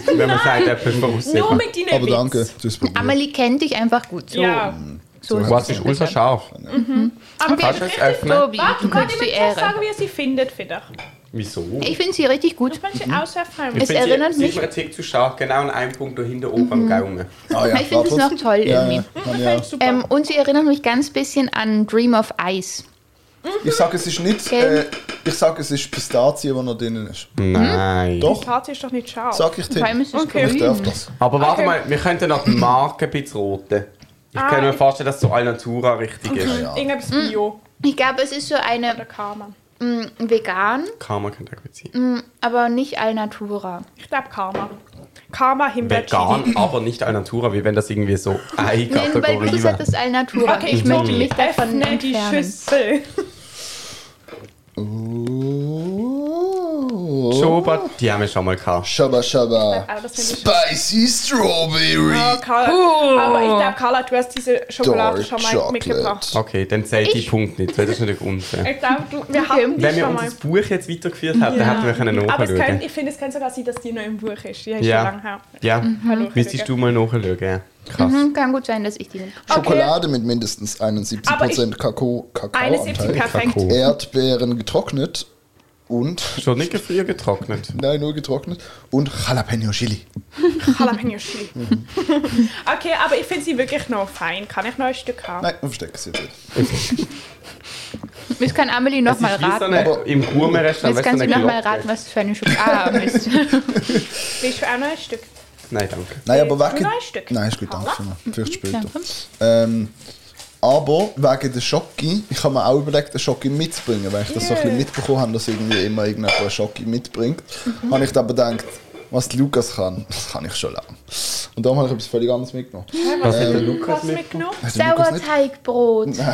Wenn man sagt, etwas voraussehen
Nur
kann.
mit deinen
Aber
Witz.
danke, du hast probiert.
Amelie kennt dich einfach gut. So,
Ja.
so
Was ist ultra scharf?
Aber
Kannst du es öffnen?
Tobi,
Warte,
du
du kannst
kriegst
immer
die
zuerst
Ehre.
sagen, wie ihr sie findet, finde ich.
Wieso?
Ich finde sie richtig gut.
Du kannst sie ausschaffen.
Ich
es
finde,
erinnert
sie, sie
mich-
ist mir ein Tick zu scharf, genau an einem Punkt da hinten oben am Gaumen.
Ah, ja.
Ich finde es noch toll
Ja, ja.
irgendwie.
Kann ich auch.
Super.
Ähm, und sie erinnert mich ganz bisschen an Dream of Ice.
Ich sage, es ist nicht. Äh,
Gelb.
ich sage, es ist Pistazie, die noch drinnen ist.
Mhm. Nein.
Doch,
Party ist doch nicht scharf.
sag ich
Vor allem
dir.
ist es
Okay.
Ich darf
grün.
das.
Aber warte
Okay.
mal, wir könnten noch die Marke ein bisschen roten. Ich
Ah,
kann mir
ich-
vorstellen, dass so Alnatura richtig ist.
Mhm.
Ja.
Irgendwas Hm, Bio
Ich glaube, es ist so eine
oder Karma.
mh, vegan,
Karma könnte auch gut sein.
mh, aber nicht Alnatura.
Ich glaube Karma. Karma, Himbeer, Chili.
Vegan, aber nicht al natura, wie wenn das irgendwie so eine
Nee, weil du
Kategorie
gesagt
wäre.
hast halt Alnatura.
Okay, ich möchte mich davon öffne die
entfernen.
Schüssel.
Hm.
oh.
Schobert, die haben wir schon mal gehabt.
Oh. Shabba Shabba.
Ah, das finde ich
Spicy
Ah,
Strawberry.
Carla. Aber ich glaube, Carla, du hast diese Schokolade
Dark
schon mal mitgebracht.
Chocolate.
Okay, dann zählt die
Ich-
Punkt nicht, weil das ist natürlich unfair.
Ich glaube, du- wir hatten die
Wenn wir
schon
uns
mal.
das Buch jetzt weitergeführt hätten,
Ja.
hätten wir können
Aber es
nachschauen
könnte, ich finde, es könnte sogar sein, dass die noch im Buch ist. Die ist
Ja.
schon lange her.
Ja,
Mhm.
Hallo, Kollege.
müsstest du mal nachschauen. ja. Krass.
Hm, kann gut sein, dass ich die nehme.
Schokolade mit mindestens 71% Kakao,
Eine 70
Kakaoanteil.
perfekt.
Kakao.
Erdbeeren getrocknet und.
Schon nicht gefriert getrocknet.
Nein, nur getrocknet. Und Jalapeno Chili.
Jalapeno Chili. okay, aber ich finde sie wirklich noch fein. Kann ich noch ein Stück haben?
Nein, versteck es jetzt nicht.
Jetzt kann Amelie
Es
nochmal
ist wie so
raten.
eine,
Aber-
im Gourmet-Restaurant, weißt
Jetzt
du,
kannst
so
du
eine
nochmal
Glocke.
raten, was das für eine Schokolade ist.
Willst du auch noch ein Stück?
Nein, danke.
Nein, aber
Willst du
wegen.
noch ein Stück?
Nein, ist gut,
Carla?
danke schon mal. Vielleicht später.
Mhm, danke.
Ähm, aber wegen der Schocke, ich habe mir auch überlegt, eine Schocke mitzubringen, weil ich das so ein bisschen mitbekommen habe, dass irgendwie immer irgendjemand eine Schocke mitbringt. Habe ich dann aber gedacht, was Lukas kann, das kann ich schon lange. Und darum habe ich etwas völlig anderes mitgenommen.
Äh, Was hat der
Was
Lukas mitgenommen?
mitgenommen?
Hat der Lukas nicht?
Sauerteigbrot.
Sorry,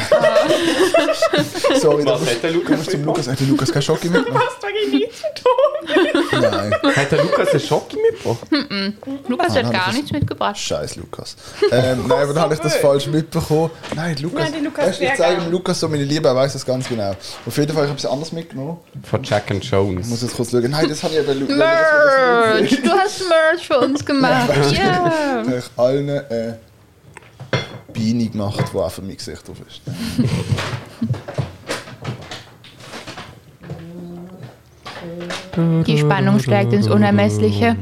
Was
das ist-
hat der Lukas
kannst du dem Lukas, hat der Lukas keine Schocke mitgenommen?
Hast du nie zu tun?
Nein,
Hat der Lukas einen Schocke mitgebracht?
Lukas
Ah,
hat
das
gar
ist-
nichts mitgebracht.
scheiß Lukas. Ähm, nein, aber dann habe ich das falsch mitbekommen. Nein, Lukas,
Nein, der Lukas
weißt du, ich
wäre
zeige
gern.
dem Lukas so meine Liebe, er weiß das ganz genau. Auf jeden Fall habe ich etwas anderes mitgenommen.
Von Jack and
Ich
Jones.
muss jetzt kurz schauen. Nein, das habe ich eben Lukas.
Merch! Du hast Merch für uns gemacht. Ja.
habe ich allen eine Beine gemacht, die auf mein Gesicht drauf ist.
Die Spannung steigt ins Unermessliche.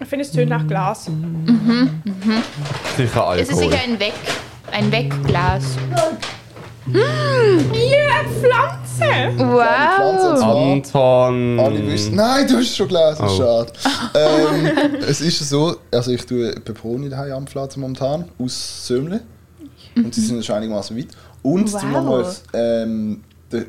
Ich finde, es tönt nach Glas.
Mhm.
Sicher Alkohol.
Es ist sicher ein Weg, ein Wegglas. Mm,
Yeah, Pflanze!
Pflanze
Wow!
zwar,
Anton.
Alle wissen. Nein, du hast schon gelesen.
Mm. Oh.
Schade. Ähm, es ist so, also ich tue Peperoni daheim anpflanzen momentan aus Sömle. Und die
Mhm.
sind schon einigermaßen weit. Und
Wow.
zum nochmals ähm, den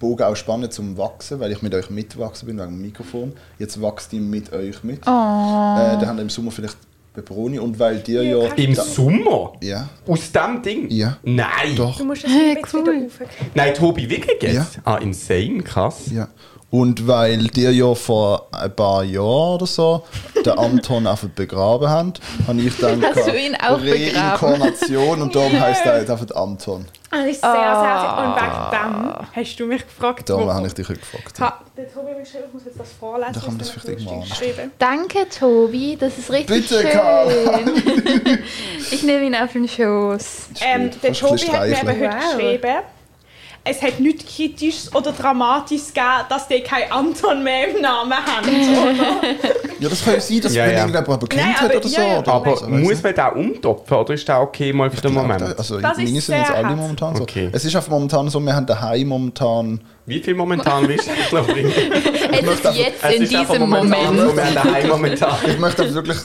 Bogen auch spannen zum Wachsen, weil ich mit euch mitwachsen bin wegen dem Mikrofon. Jetzt wächst ihr mit euch mit.
Oh.
Äh, dann haben wir im Sommer vielleicht Peperoni und weil dir
Ja,
ja.
kannst
Im Sommer?
Ja.
Aus dem Ding?
Ja.
Nein.
Doch.
Du musst es hey, jetzt
cool.
wieder aufkriegen.
Nein, Tobi, wirklich jetzt?
Ja.
Ah, insane, krass.
Ja. Und weil dir ja vor ein paar Jahren oder so den Anton einfach begraben haben, habe ich dann
Hast du ihn auch begraben?
Reinkarnation und darum heißt er jetzt einfach Anton.
Ah, Das ist sehr, sehr... Und wegen dem hast du mich gefragt,
Darum
warum.
habe ich dich heute gefragt.
Ha, der Tobi hat geschrieben, ich muss jetzt das vorlesen.
Da kann man
was
das
er
vielleicht
mir
irgendwann
geschrieben
Danke, Tobi. Das ist richtig
Bitte, Karl.
schön. Ich nehme ihn auf den Schoß.
hat. Ähm, der
Kannst du ein
Tobi
bisschen
hat mir
streicheln?
eben heute
Wow.
geschrieben, es hat nichts Kritisches oder Dramatisches gegeben, dass die keinen Anton mehr im Namen haben.
Ja, das kann ja sein, dass
Ja,
wenn
ja.
irgendjemand bekannt
Nein,
hat
aber-
oder so.
ja, ja.
Oder
Aber
so, weiss
muss
nicht.
man da umtopfen oder ist das okay mal für den Moment?
Also
Das ist
meine sind
sehr
jetzt alle
hart.
momentan so.
Okay.
Es ist einfach momentan so, wir haben daheim momentan...
Wie viel momentan willst du noch bringen?
Es ist jetzt in
ist einfach
diesem
momentan
Moment.
So, wir haben daheim momentan.
Ich möchte aber wirklich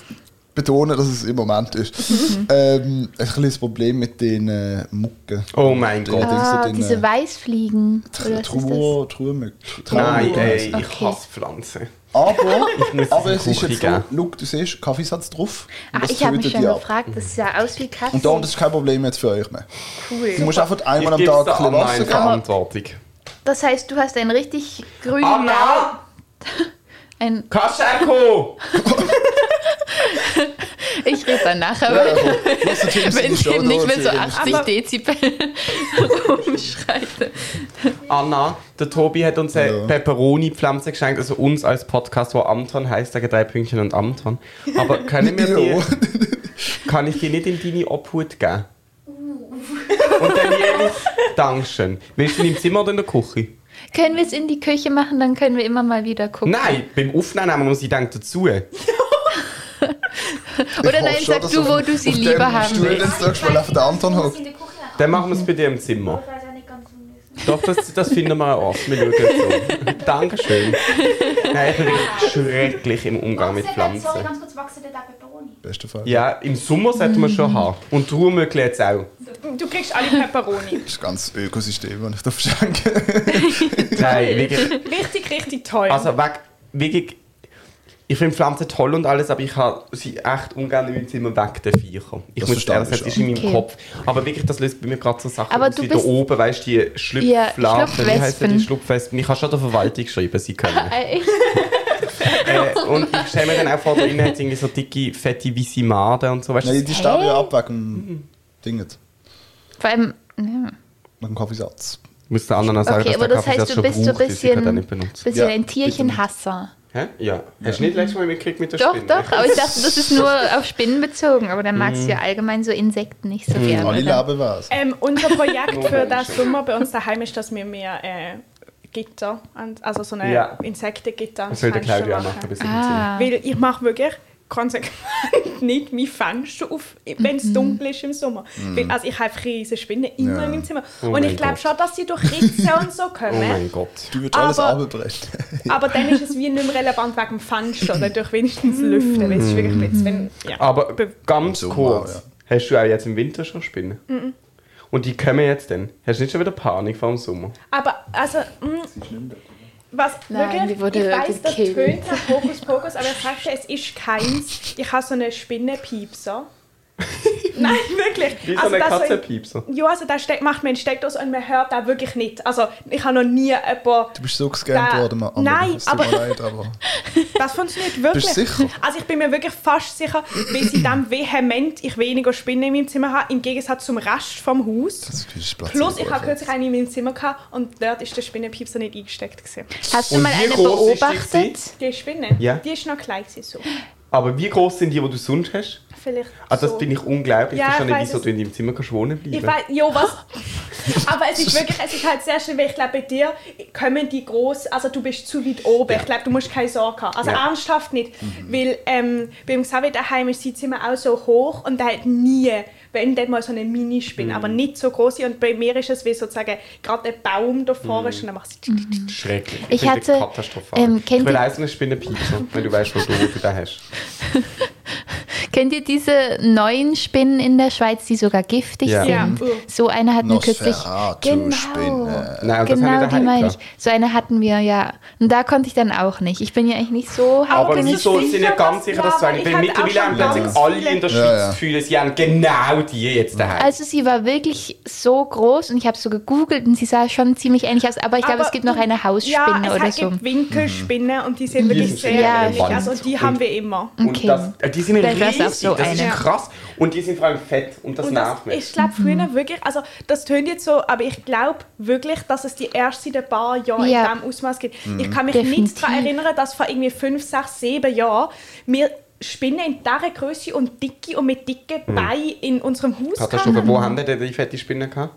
betonen, dass es im Moment ist.
Mhm.
ähm, ein kleines Problem mit den äh, Mucken.
Oh mein
Den-
Gott.
den-
Ah,
den- äh,
diese Weißfliegen. Oder was ist das?
Truhe, Truhe,
Nein, ey, ich
Okay.
hasse Pflanzen.
Aber,
muss
aber
es
es ist
in die
jetzt
Küche
so, look, du siehst, Kaffeesatz drauf. und
Ah,
das
ich habe mich
tötet
schon
die ab.
gefragt, das sah aus wie Katzen.
Und darum, das ist kein Problem jetzt für euch mehr. Du musst einfach
Ich
einmal am
gebe es
Tag
der
ein
Anna in
bisschen Wasser geben.
Verantwortung.
Das heißt, du hast einen richtig grünen Daumen.
Anna!
Ein,
Kascheko!
ich rede dann nachher,
Ja, also, du musst natürlich
wenn
in die
ich eben nicht
Shownotes
mehr so
sehen.
80
Aber-
Dezibel rumschreite.
Anna, der Tobi hat uns eine
Ja.
Peperoni-Pflanze geschenkt, also uns als Podcast, wo Anton heißt, da drei Pünktchen und Anton. Aber können wir die,
Ja.
kann ich die nicht in deine Obhut geben? Und dann jeweils Dankeschön. Willst du ihn im Zimmer oder in der Küche?
Können wir es in die Küche machen, dann können wir immer mal wieder gucken.
Nein, beim Aufnehmen haben wir sie dann dazu.
Ich
Oder
hoffe
nein,
schon,
sag
dass
du,
auf-
wo du sie
auf
lieber
dem
haben
Stuhl,
willst.
den du sagst, weil auf der Anton hockt.
Dann machen wir es bei dir im Zimmer.
Ich weiß auch nicht ganz, wo wir sind.
Doch, das, das finden wir auch oft. Wir schauen so. Dankeschön. Nein, ich bin wirklich schrecklich im Umgang mit
Sorry,
Pflanzen.
ganz kurz, wachsen dort auch Peperoni?
Beste Fall.
Ja, im Sommer sollte man schon haben. Und Ruhmögel jetzt auch.
Du kriegst alle Peperoni.
Das ist ganz Ökosystem, das ich da verschenke.
Nein, wirklich.
Richtig, richtig toll.
Also weg, wirklich. Ich finde Pflanzen toll und alles, aber ich habe sie echt ungern in meinem Zimmer weg, den Viecher. Ich
Das
muss
verstehe
ehrlich
ich
sagen, es ist
schon.
in meinem
Okay.
Kopf. Aber wirklich, das löst bei mir gerade so Sachen
Aber
aus
du
wie da
bist-
oben, weißt du, die Schlüpfladen, wie heißen
Schlupfwespen.
die Schlupfwespen? Ich habe schon der Verwaltung geschrieben, sie können.
Äh, ich-
Äh, und ich stelle mir dann auch vor, da innen hat irgendwie so dicke, fette Visimaden und so, weißt
Nein,
du?
die sterben ja ab wegen dem Ding.
Vor allem, ja.
Wegen dem Kaffeesatz.
Ich muss den anderen auch sagen,
okay,
dass
aber
der
das
Kaffee
heißt,
das
du
schon
bist so ein
braucht, dass ich den halt nicht
bisschen,
benutze.
bisschen
Ja,
ein
bitte.
Tierchenhasser.
Hä? Ja. Hast du nicht letztes Mal mitgekriegt mit der
Doch,
Spinne?
doch, aber ich dachte, das ist nur auf Spinnen bezogen. Aber dann
Mhm.
magst du ja allgemein so Insekten nicht so gerne.
Alle
oder?
Leben war's.
Ähm, unser Projekt
Nur
für den
Menschen.
Sommer bei uns daheim ist, dass wir mehr äh, Gitter, an- also so eine
Ja.
Insektengitter
Das
ans
soll der
Fenster
Claudia auch
machen.
machen, bis
Ah.
Weil ich mache wirklich konsequent nicht mein Fenster auf, wenn es dunkel ist im Sommer. Weil, also ich habe einfach riesige Spinnen immer
Ja.
in meinem Zimmer.
Mhm. Oh
und
mein
ich glaube
Gott.
schon, dass sie durch Ritze und so
Oh
kommen.
mein Gott.
Du würdest alles
aber-
abbrechen.
aber dann ist es wie nicht mehr relevant wegen dem Fenster, dann durch wenigstens lüften, weil es ist
Mhm.
wirklich jetzt, wenn, ja.
Aber
Be-
ganz
Im Sommer,
kurz,
ja.
hast du auch jetzt im Winter schon Spinnen? Und die kommen jetzt dann? Hast du nicht schon wieder Panik vor dem Sommer?
Aber, also, mh, was
Nein, die
wirklich,
wurde
ich weiß, das
gekillt.
tönt nach Hokus Pokus, aber ich sagte, es ist keins. Ich habe so eine Spinnenpiepser. Nein, wirklich.
Wie so eine
Also das so-
Katzenpiepser.
ja, also da steckt, macht mir einen Steckdose und man hört da wirklich nicht. Also ich habe noch nie jemanden...
Du bist so gescannt
Da-
worden, Mann. Aber
Äh, Nein,
es tut mir
aber-
leid, aber.
Das funktioniert wirklich.
Bist du sicher?
Also ich bin mir wirklich fast sicher, weil sie dann vehement ich weniger Spinnen in meinem Zimmer habe, im Gegensatz zum Rest vom Haus.
Das ist Platz
Plus, ich
in der
habe
Wohnung.
kürzlich eine in meinem Zimmer gehabt und dort ist der Spinnenpiepser nicht eingesteckt. Gewesen.
Hast du
Und
mal
wie
eine
groß ist die
beobachtet?
gewesen?
Die Spinne,
Ja.
die ist noch klein gewesen, so.
Aber wie groß sind die, die du sonst hast?
Vielleicht
Ah, das
so.
finde ich unglaublich.
Ja,
das ist schon
ich
nicht,
weiß
wieso
es.
du in deinem Zimmer kannst wohnen bleiben
Ich weiß, jo, was? Aber es ist wirklich, es ist halt sehr schön, weil ich glaube, bei dir kommen die groß, also du bist zu weit oben. Ich glaube, du musst keine Sorge haben. Also
Ja. Mhm.
ernsthaft nicht. Weil ähm, beim Xavier daheim ist sein Zimmer auch so hoch und er hat nie, wenn dann mal so eine
Mhm.
Minispinne, aber nicht so große. Und bei mir ist es wie sozusagen gerade ein Baum
Mhm.
da vorne ist und dann machst du
Schrecklich.
Ich
finde
hatte-
Katastrophal.
ähm,
ich
kennt
will
ihr-
auch so eine Spinnenpiepser, wenn du weißt, wo du, wo du da hast.
Kennt ihr diese neuen Spinnen in der Schweiz, die sogar giftig
Ja.
sind?
Ja.
So eine hatten wir kürzlich.
Nosferatu-Spinne.
Nein, und das
Genau,
hat
die
er
meine
daheim
ich. So eine hatten wir, ja. Und da konnte ich dann auch nicht. Ich bin ja eigentlich nicht so
Aber
bist du
wieso sind ja
sicher,
ganz
dass-
sicher, dass
Ja,
du eine.
aber
Weil
ich hätte auch
mittlerweile
schon
haben plötzlich
ganz
alle
viele-
in der Schweiz
Ja, ja.
das Gefühl, sie haben genau die jetzt daheim.
Also sie war wirklich so groß und ich habe so gegoogelt und sie sah schon ziemlich ähnlich aus. Aber ich glaube,
Aber
es gibt noch eine Hausspinne
ja, es
oder
hat-
so.
gibt Winkelspinnen und die sind wirklich
Mhm. sind
sehr
sehr
ähnlich.
relevant.
Also die haben wir immer.
Und
Okay.
das, äh, die sind
Vielleicht wär's
riesig,
auch so
das ist
eine.
krass. Und die sind vor allem fett und das
Und das,
nervt mich.
ich glaube
Mhm.
früher wirklich, also das tönt jetzt so, aber ich glaube wirklich, dass es die erst seit ein paar Jahren
Ja.
in diesem Ausmaß gibt.
Mhm.
Ich kann mich
Definitiv.
nicht daran erinnern, dass vor irgendwie fünf, sechs, sieben Jahren wir Spinnen in dieser Größe und dicke und mit dicken
Mhm.
Beinen in unserem Haus
Katastrophe,
hatten.
wo haben denn die fette Spinne gehabt?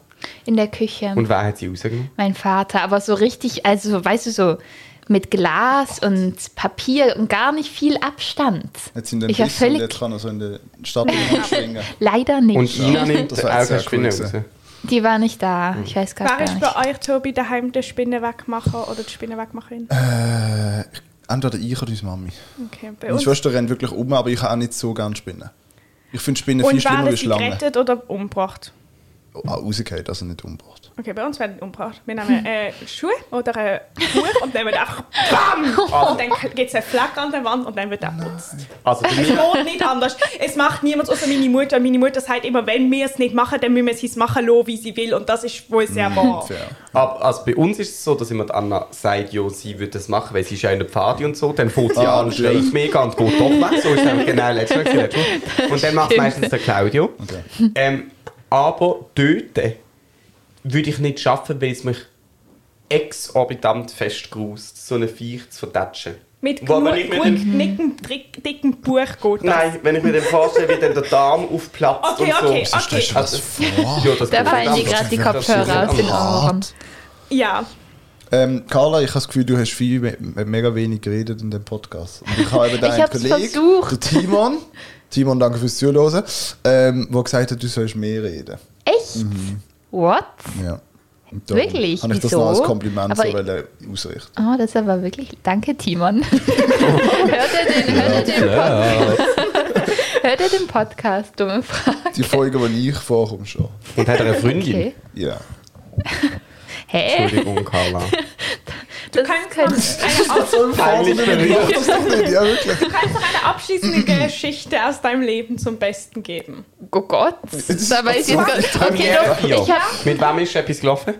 In der Küche.
Und wer hat sie rausgenommen?
mein Vater. Aber so richtig, also weißt du, so mit Glas und Papier und gar nicht viel Abstand.
Jetzt sind
ich war
Bissen,
völlig,
jetzt kann er so in der Stadt schwingen.
leider nicht.
Und Ina nimmt auch
das war jetzt
eine
sehr cool
Spinne raus.
gewesen.
Die war nicht
Hm.
da. Ich weiß gar,
Wer
gar
ist
nicht.
bei euch, Tobi, daheim der Spinnenwegmacher oder die Spinnenwegmacherin?
Äh,
Entweder ich oder meine Mami.
Okay, bei
Meine
uns.
Schwester rennt wirklich um, aber ich kann auch nicht so gerne Spinnen. Ich finde Spinnen viel
Und
schlimmer
werden
als
sie
Schlangen.
gerettet oder umgebracht?
Oh, ah, rausgehauen, also nicht umgebracht.
Okay, bei uns werden die umgebracht. Wir nehmen äh, Schuhe oder ein Buch und nehmen einfach BAM!
Oh.
Und dann gibt es eine Flagge an der Wand und dann wird er putzt.
Also für
Es
mich,
geht nicht anders. Es macht niemand außer meine Mutter. Meine Mutter sagt immer, wenn wir es nicht machen, dann müssen wir es machen lassen, wie sie will. Und das ist wohl sehr wahr.
Fair.
ab- also bei uns ist es so, dass immer die Anna sagt, jo, sie würde das machen, weil sie ist ja in der Pfade und so. Dann fährt sie
Ah,
an,
natürlich.
schreit mega und geht doch weg. So ist es nämlich genau letztes Mal. gewesen. Und dann macht es meistens der Claudio.
Okay.
Ähm, aber töten würde ich nicht schaffen, weil es mich exorbitant fest grust, so eine Viech zu verdatschen.
Mit
Wo
genug
aber nicht mit dem-
dicken, dick- dicken Buch geht das.
Nein, wenn ich mir dann vorstelle, wie dann der Darm aufplatzt
Okay,
und so.
okay,
So stellst du dir das
Also-
vor?
Ja, das
Da
geht
fallen dir
verdammt.
gerade die
Das ist
Kopfhörer
verdammt
aus den
hart.
Ohren.
Ja.
Ähm, Carla, ich habe das Gefühl, du hast viel, we- mega wenig geredet in dem Podcast. Und ich habe eben
Ich
deinen
hab's
Kollegen,
versucht.
der Timon, Timon, danke fürs
Mhm.
Zuhören, ähm, der gesagt hat, du sollst mehr reden.
Echt? What?
Ja. Und darum
Wirklich?
Habe ich das
Wieso?
noch als Kompliment
Aber
so
ich-
wollen ausrichten.
Oh, das ist aber wirklich. Danke, Timon. hört, er den, hört, er den Pod- hört er den Podcast? Dumme Frage.
Die Folge, die ich vorkomme, schon.
Und hat er eine Freundin?
Okay.
Ja.
Hä?
Entschuldigung, Carla.
Das
kannst
könnte.
Peinlich berührt.
Das ist doch nicht, ja wirklich.
Du kannst noch eine abschließende Geschichte aus deinem Leben zum Besten geben.
Oh Gott.
ist
Dabei ist jetzt. gar- Okay,
Premiere
doch, ich
vier.
hab.
Mit wem ist etwas gelaufen?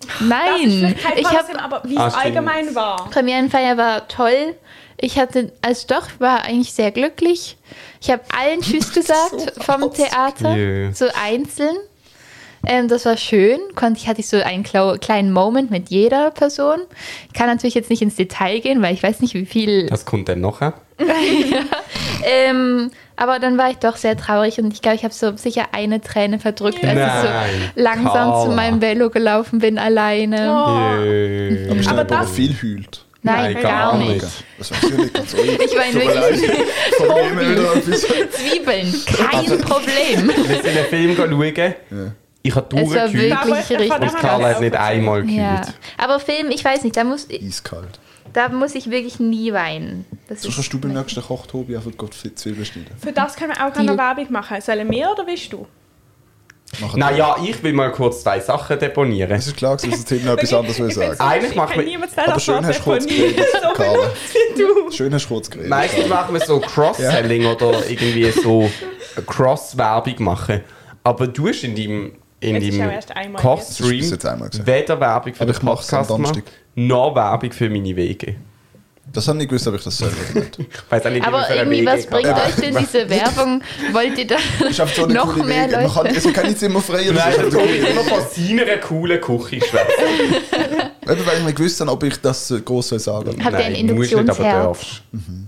Das ist
Nein.
vielleicht kein
Ich
Blödsinn,
habe.
aber wie
Ah,
es
stimmt.
allgemein war.
Premierenfeier war toll. Ich hatte, also doch, ich war eigentlich sehr glücklich. Ich habe allen Tschüss gesagt vom Theater,
Yeah.
so einzeln. Ähm, das war schön. Konnte ich hatte ich so einen klau- kleinen Moment mit jeder Person. Ich kann natürlich jetzt nicht ins Detail gehen, weil ich weiß nicht, wie viel.
Das kommt dann nachher.
Ähm, aber dann war ich doch sehr traurig und ich glaube, ich habe so sicher eine Träne verdrückt, als ich
Nein,
so langsam zu
Carla.
meinem Velo gelaufen bin alleine.
Oh.
Yeah.
Aber ich
Aber
habe
das-
viel heult.
Nein,
Nein,
gar
gar
nicht.
nicht.
Das war natürlich ganz ruhig.
Ich meine,
Tut mir
wirklich
leid. Von dem her bis
Zwiebeln, kein Problem.
Wir sind einen Film schauen. Ich habe
Es war
durchgekühlt
Aber
wirklich
von
richtig
und
daher
Carla hat nicht einmal
Ja,
gekühlt.
aber Film, ich weiß nicht, da muss, ich-
eiskalt.
da muss ich wirklich nie weinen. Das
So
ist-
kannst du beim nächsten Kochtobi einfach gut Zwiebeln schneiden.
Für das können wir auch gerne
Deal.
Werbung machen. Sollen wir oder willst du?
Machen wir.
Naja, ich will mal kurz zwei Sachen deponieren.
Es ist klar, dass das Thema noch etwas anderes will
Ich bin's
sagen.
Eigentlich
nicht.
macht
Ich
man-
kann niemals
Aber schön hast du kurz
Telefonatelfonie
geredet,
so
Carla.
benutzt wie du.
Schön hast du kurz geredet.
Meistens machen wir so Cross-Selling oder irgendwie so Cross-Werbung machen. Aber du hast in deinem, in
Es ist ja
deinem
erst einmal
jetzt. Das ist bis
Kochstream
jetzt einmal gesagt.
weder Werbung für
Aber
den
ich mach's am
Podcast gemacht,
Donnerstag.
noch Werbung für meine Wege.
Das habe ich nicht gewusst, ob ich das soll oder nicht.
Ich weiss auch nicht, wie man
aber
für einen
irgendwie,
Weg
was
geht.
bringt euch denn diese Werbung? Wollt ihr da
Ich habe so eine
noch
coole
mehr
Wege. Man kann,
Leute?
also kann ich jetzt immer freier.
Nein,
das
dann
ist einfach
komme ich immer von seiner coolen Küche schwätzen.
cool. Eben, weil ich nicht gewusst habe, ob ich das äh, gross soll sagen soll.
Habt ihr Mhm. ein
Nein, musst nicht, aber
Induktionsherd?
darfst.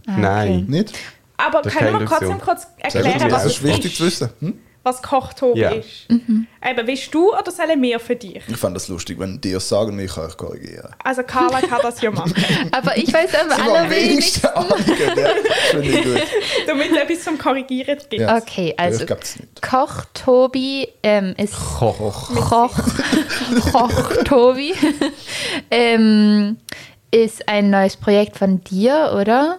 Ah,
Nein.
Nicht?
Aber
Das ist
können wir
keine
trotzdem
Illusion.
kurz
Sehr
erklären,
gut.
was
Das
es
ist wichtig zu
ist?
wissen. Hm?
Was Kochtobi
Ja.
ist? Eben, willst du oder sollen wir für dich?
Ich fand das lustig, wenn die es sagen, ich kann euch korrigieren.
Also Carla kann das ja machen.
Aber ich weiß am
Aber am
allerwenigsten.
wenigsten angeben. Ja, finde ich gut.
Damit es etwas zum Korrigieren gibt.
Ja.
Okay, also
Ich glaube es nicht.
Koch Tobi ähm, ist
Koch.
Koch, Koch Tobi ähm, ist ein neues Projekt von dir, oder?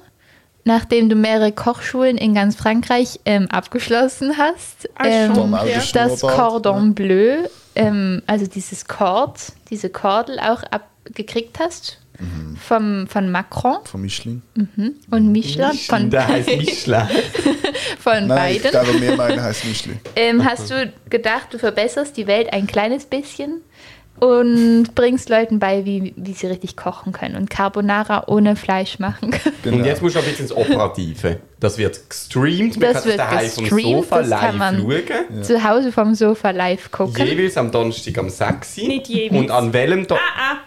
Nachdem du mehrere Kochschulen in ganz Frankreich ähm, abgeschlossen hast.
Ah,
Ähm,
schon.
Normal
Ja.
das
geschnurrbart.
Cordon Bleu, ähm, also dieses Kord, diese Kordel auch abgekriegt hast vom, von Macron
Von Michelin.
und Michelin, von,
Der heißt Michelin.
von
Nein,
beiden.
der, der mir meinen, heißt Michelin.
Ähm, hast du gedacht, du verbesserst die Welt ein kleines bisschen und bringst Leuten bei, wie, wie sie richtig kochen können und Carbonara ohne Fleisch machen können?
Genau.
Und jetzt musst du ein bisschen ins Operative. Das wird gestreamt. Man
Das
kann
wird
das daheim vom
gestreamt,
Sofa
das kann
live
man-
schauen.
Zu Hause vom Sofa live gucken.
Jeweils am Donnerstag am 6. Uhr.
Nicht jeweils.
Und an welchem Tag?
Ah,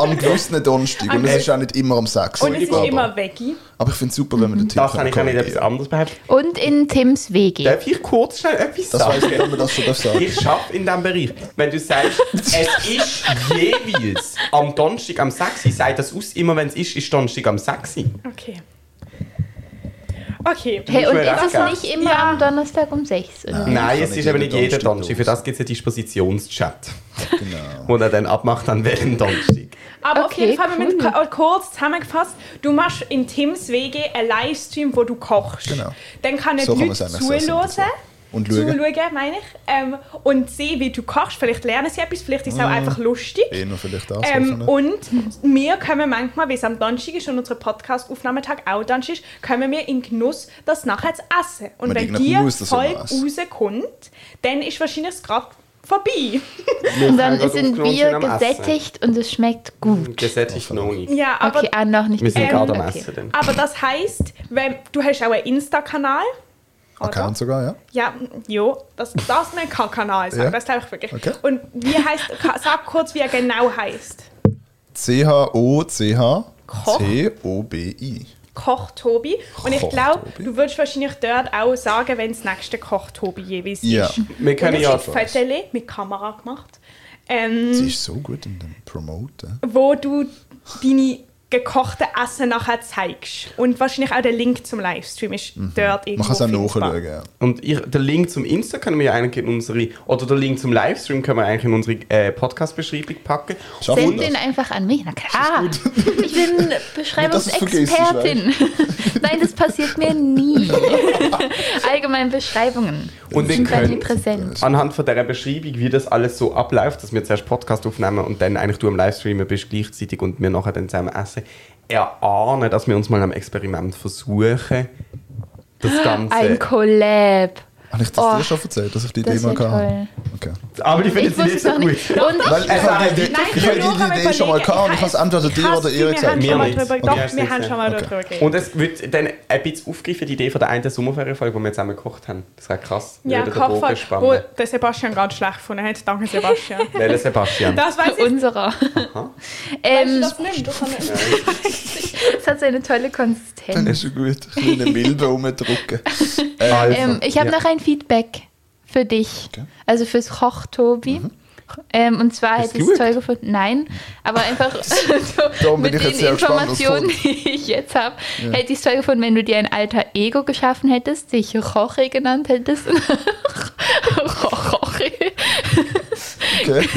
Am gewissen Donnerstag. Und es ist auch nicht immer am 6.
ah. Und es ist
aber,
immer Veggie.
aber ich finde es super, wenn man den Tipp
Mhm. Das habe ich auch nicht etwas
korrigieren.
anderes behauptet.
Und in Tims WG.
Darf ich kurz schnell etwas
Das weiß ich,
sagen?
wenn man das schon darf sagen.
Ich schaffe in diesem Bereich. Wenn du sagst, es ist jeweils am Donnerstag am 6. Uhr, sagt das aus, immer wenn es ist, ist Donnerstag am 6. Uhr.
Okay. Okay.
Hey, und
mir recht
ist es
geben.
nicht immer am Donnerstag um 6 Uhr?
Nein,
kann
es
nicht
ist eben
jeden
nicht jeder
Donnerstag
Donnerstag. Für
los.
das gibt es einen Dispositionschat,
Genau.
wo er dann abmacht, an welchem Donnerstag.
Aber auf
Okay,
jeden Fall, wir müssen
cool.
ko- kurz zusammengefasst, du machst in Tims WG einen Livestream, wo du kochst.
Genau.
Dann kann
So
so
kann
Leute
man's eigentlich
zuhören,
sagen. Und schauen.
zuschauen, meine ich, ähm, und sehen, wie du kochst. Vielleicht lernen sie etwas, vielleicht ist es auch einfach lustig.
Eh nur vielleicht das.
Ähm,
hoffentlich.
und wir kommen manchmal, wie es am Donnerstag ist und unser Podcast-Aufnahmetag auch Donnerstag ist, kommen wir in Genuss, das nachher zu essen. Und
Man
wenn
denkt,
die
man muss das
Folge
immer essen.
rauskommt, dann ist wahrscheinlich das gerade vorbei.
Und dann
Gerade
sind
aufgenommen,
wir
sind am
gesättigt und es schmeckt gut.
Gesättigt noch nicht.
ja, aber
Okay, ah, noch nicht.
Wir sind
Ähm,
gerade am
okay.
Essen. Dann.
Aber das heisst, wenn, du hast auch einen Insta-Kanal. oder?
Account sogar, ja.
Ja, jo, das darf man kein Kanal sagen,
Ja.
das glaube ich wirklich.
Okay.
Und wie heißt, ka- sag kurz, wie er genau heißt. Koch.
C-H-O-C-H-C-O-B-I.
Koch Tobi. Und ich
Koch
glaube,
Tobi.
du würdest wahrscheinlich dort auch sagen, wenn das nächste Koch Tobi jeweils
Ja. also.
ist.
Wir
Und
können
ich
ja
habe Fotos mit Kamera gemacht, ähm,
Sie ist so gut in dem Promoten.
wo du deine gekochte Essen nachher zeigst. Und wahrscheinlich auch der Link zum Livestream ist dort irgendwo
Mhm. Man kann es auch
findbar.
nachschauen. ja.
Und ich, den Link zum Insta können wir ja eigentlich in unsere, oder den Link zum Livestream können wir eigentlich in unsere äh, Podcast-Beschreibung packen.
Schaffen wir
Send
das?
den einfach an mich. Na klar. Ich bin Beschreibungsexpertin. Nein, das passiert mir nie. Allgemein Beschreibungen.
Und wir
sind bei dir
können
präsent.
anhand von dieser Beschreibung, wie das alles so abläuft, dass wir zuerst Podcast aufnehmen und dann eigentlich du am Livestreamen bist gleichzeitig und wir nachher dann zusammen essen, erahnen, dass wir uns mal am Experiment versuchen, das Ganze...
Ah, Ein Collab.
Habe ich das
Oh,
dir schon erzählt, dass ich die Idee
Das
mal
wäre
hatte?
toll.
Okay.
Aber ich finde
Ich
sie
wusste
nicht
es
so
noch
gut.
nicht. Und
Weil ich habe die,
Äh, Nein,
ich habe
Laura,
die
wir
Idee schon mal
überlegen.
gehabt und ich habe es entweder dir oder ihr
Wir haben
gesagt.
Mir
schon mal
nicht.
drüber,
Okay.
doch, wir
Okay.
haben schon mal
Okay.
darüber geredet.
Und es wird dann ein bisschen aufgreifen, die Idee von der einen Sommerferienfolge, die wir zusammen gekocht haben. Das wäre krass. Wir
ja,
würden den Bogen
Kochfall, wo
spannen.
der Sebastian ganz schlecht gefunden hat. Danke, Sebastian.
Nein, der Sebastian.
Das weiß ich.
unserer.
Aha.
Ähm,
das nimmt, das kann ich.
es hat so eine tolle
Dann
Konsistenz.
ist schon gut. Ein bisschen eine Milbe rumdrücken.
Also,
Ähm, ich habe
ja.
noch ein Feedback für dich.
Okay. Mhm.
Also fürs Koch, Tobi. Ähm, und zwar
Hast
hätte
du
ich es toll
geübt?
gefunden. Nein, aber einfach so,
Darum bin
mit
ich
den
jetzt sehr gespannt, was
Informationen, die ich jetzt habe, hätte ich es toll gefunden, wenn du dir ein alter Ego geschaffen hättest, dich Roche genannt hättest. Roche
Okay.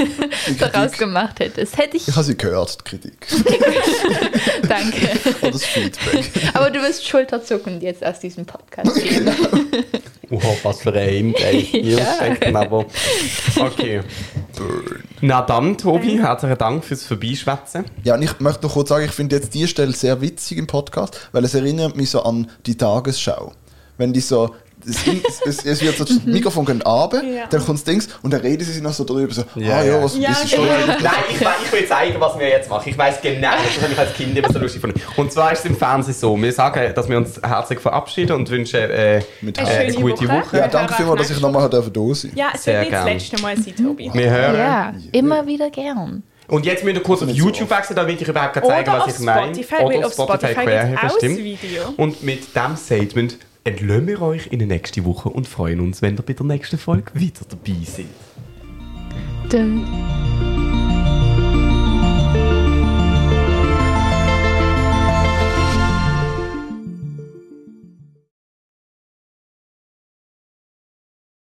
Die
daraus
Kritik.
gemacht hättest. Hätte ich.
Ich habe sie gehört, die Kritik.
Danke.
Und das Feedback.
Aber du wirst schulterzuckend jetzt aus diesem Podcast gehen.
Oha, was für ein ey. Ihr
Ja.
steckt aber. Okay.
Burn.
Na dann, Tobi,
Ähm.
herzlichen Dank fürs Vorbeischwätzen.
Ja, und ich möchte noch kurz sagen, ich finde jetzt die Stelle sehr witzig im Podcast, weil es erinnert mich so an die Tagesschau. Wenn die so. Es, es, es wird so, das Mikrofon geht runter,
Mhm. Ja.
dann kommt das Dings und dann reden sie sich noch so drüber. So,
Ja,
ah ja,
ja.
was
Ja,
das ist schon
genau.
wieder-
Nein, ich, we- ich will zeigen, was wir jetzt machen. Ich weiß genau, das habe ich als Kind immer so lustig gefunden. Und zwar ist es im Fernsehen so: Wir sagen, dass wir uns herzlich verabschieden und wünschen äh,
Mit
äh,
Herz.
eine gute Woche.
Ja, danke vielmals, dass ich nochmal da sein durfte.
Ja, es
Sehr
wird nicht das
gern.
letzte Mal sein, Tobi.
Wir hören.
Ja, immer wieder gern.
Und jetzt müsst ihr kurz auf
Nicht so
YouTube
oft.
wechseln, damit ich überhaupt kann zeigen
Oder
was ich
auf
meine.
Spotify, weil auf Spotify gibt
querheben,
es auch das
stimmt.
Video.
Und mit diesem Statement entlösen wir euch in die nächste Woche und freuen uns, wenn ihr bei der nächsten Folge weiter dabei seid.
Dum,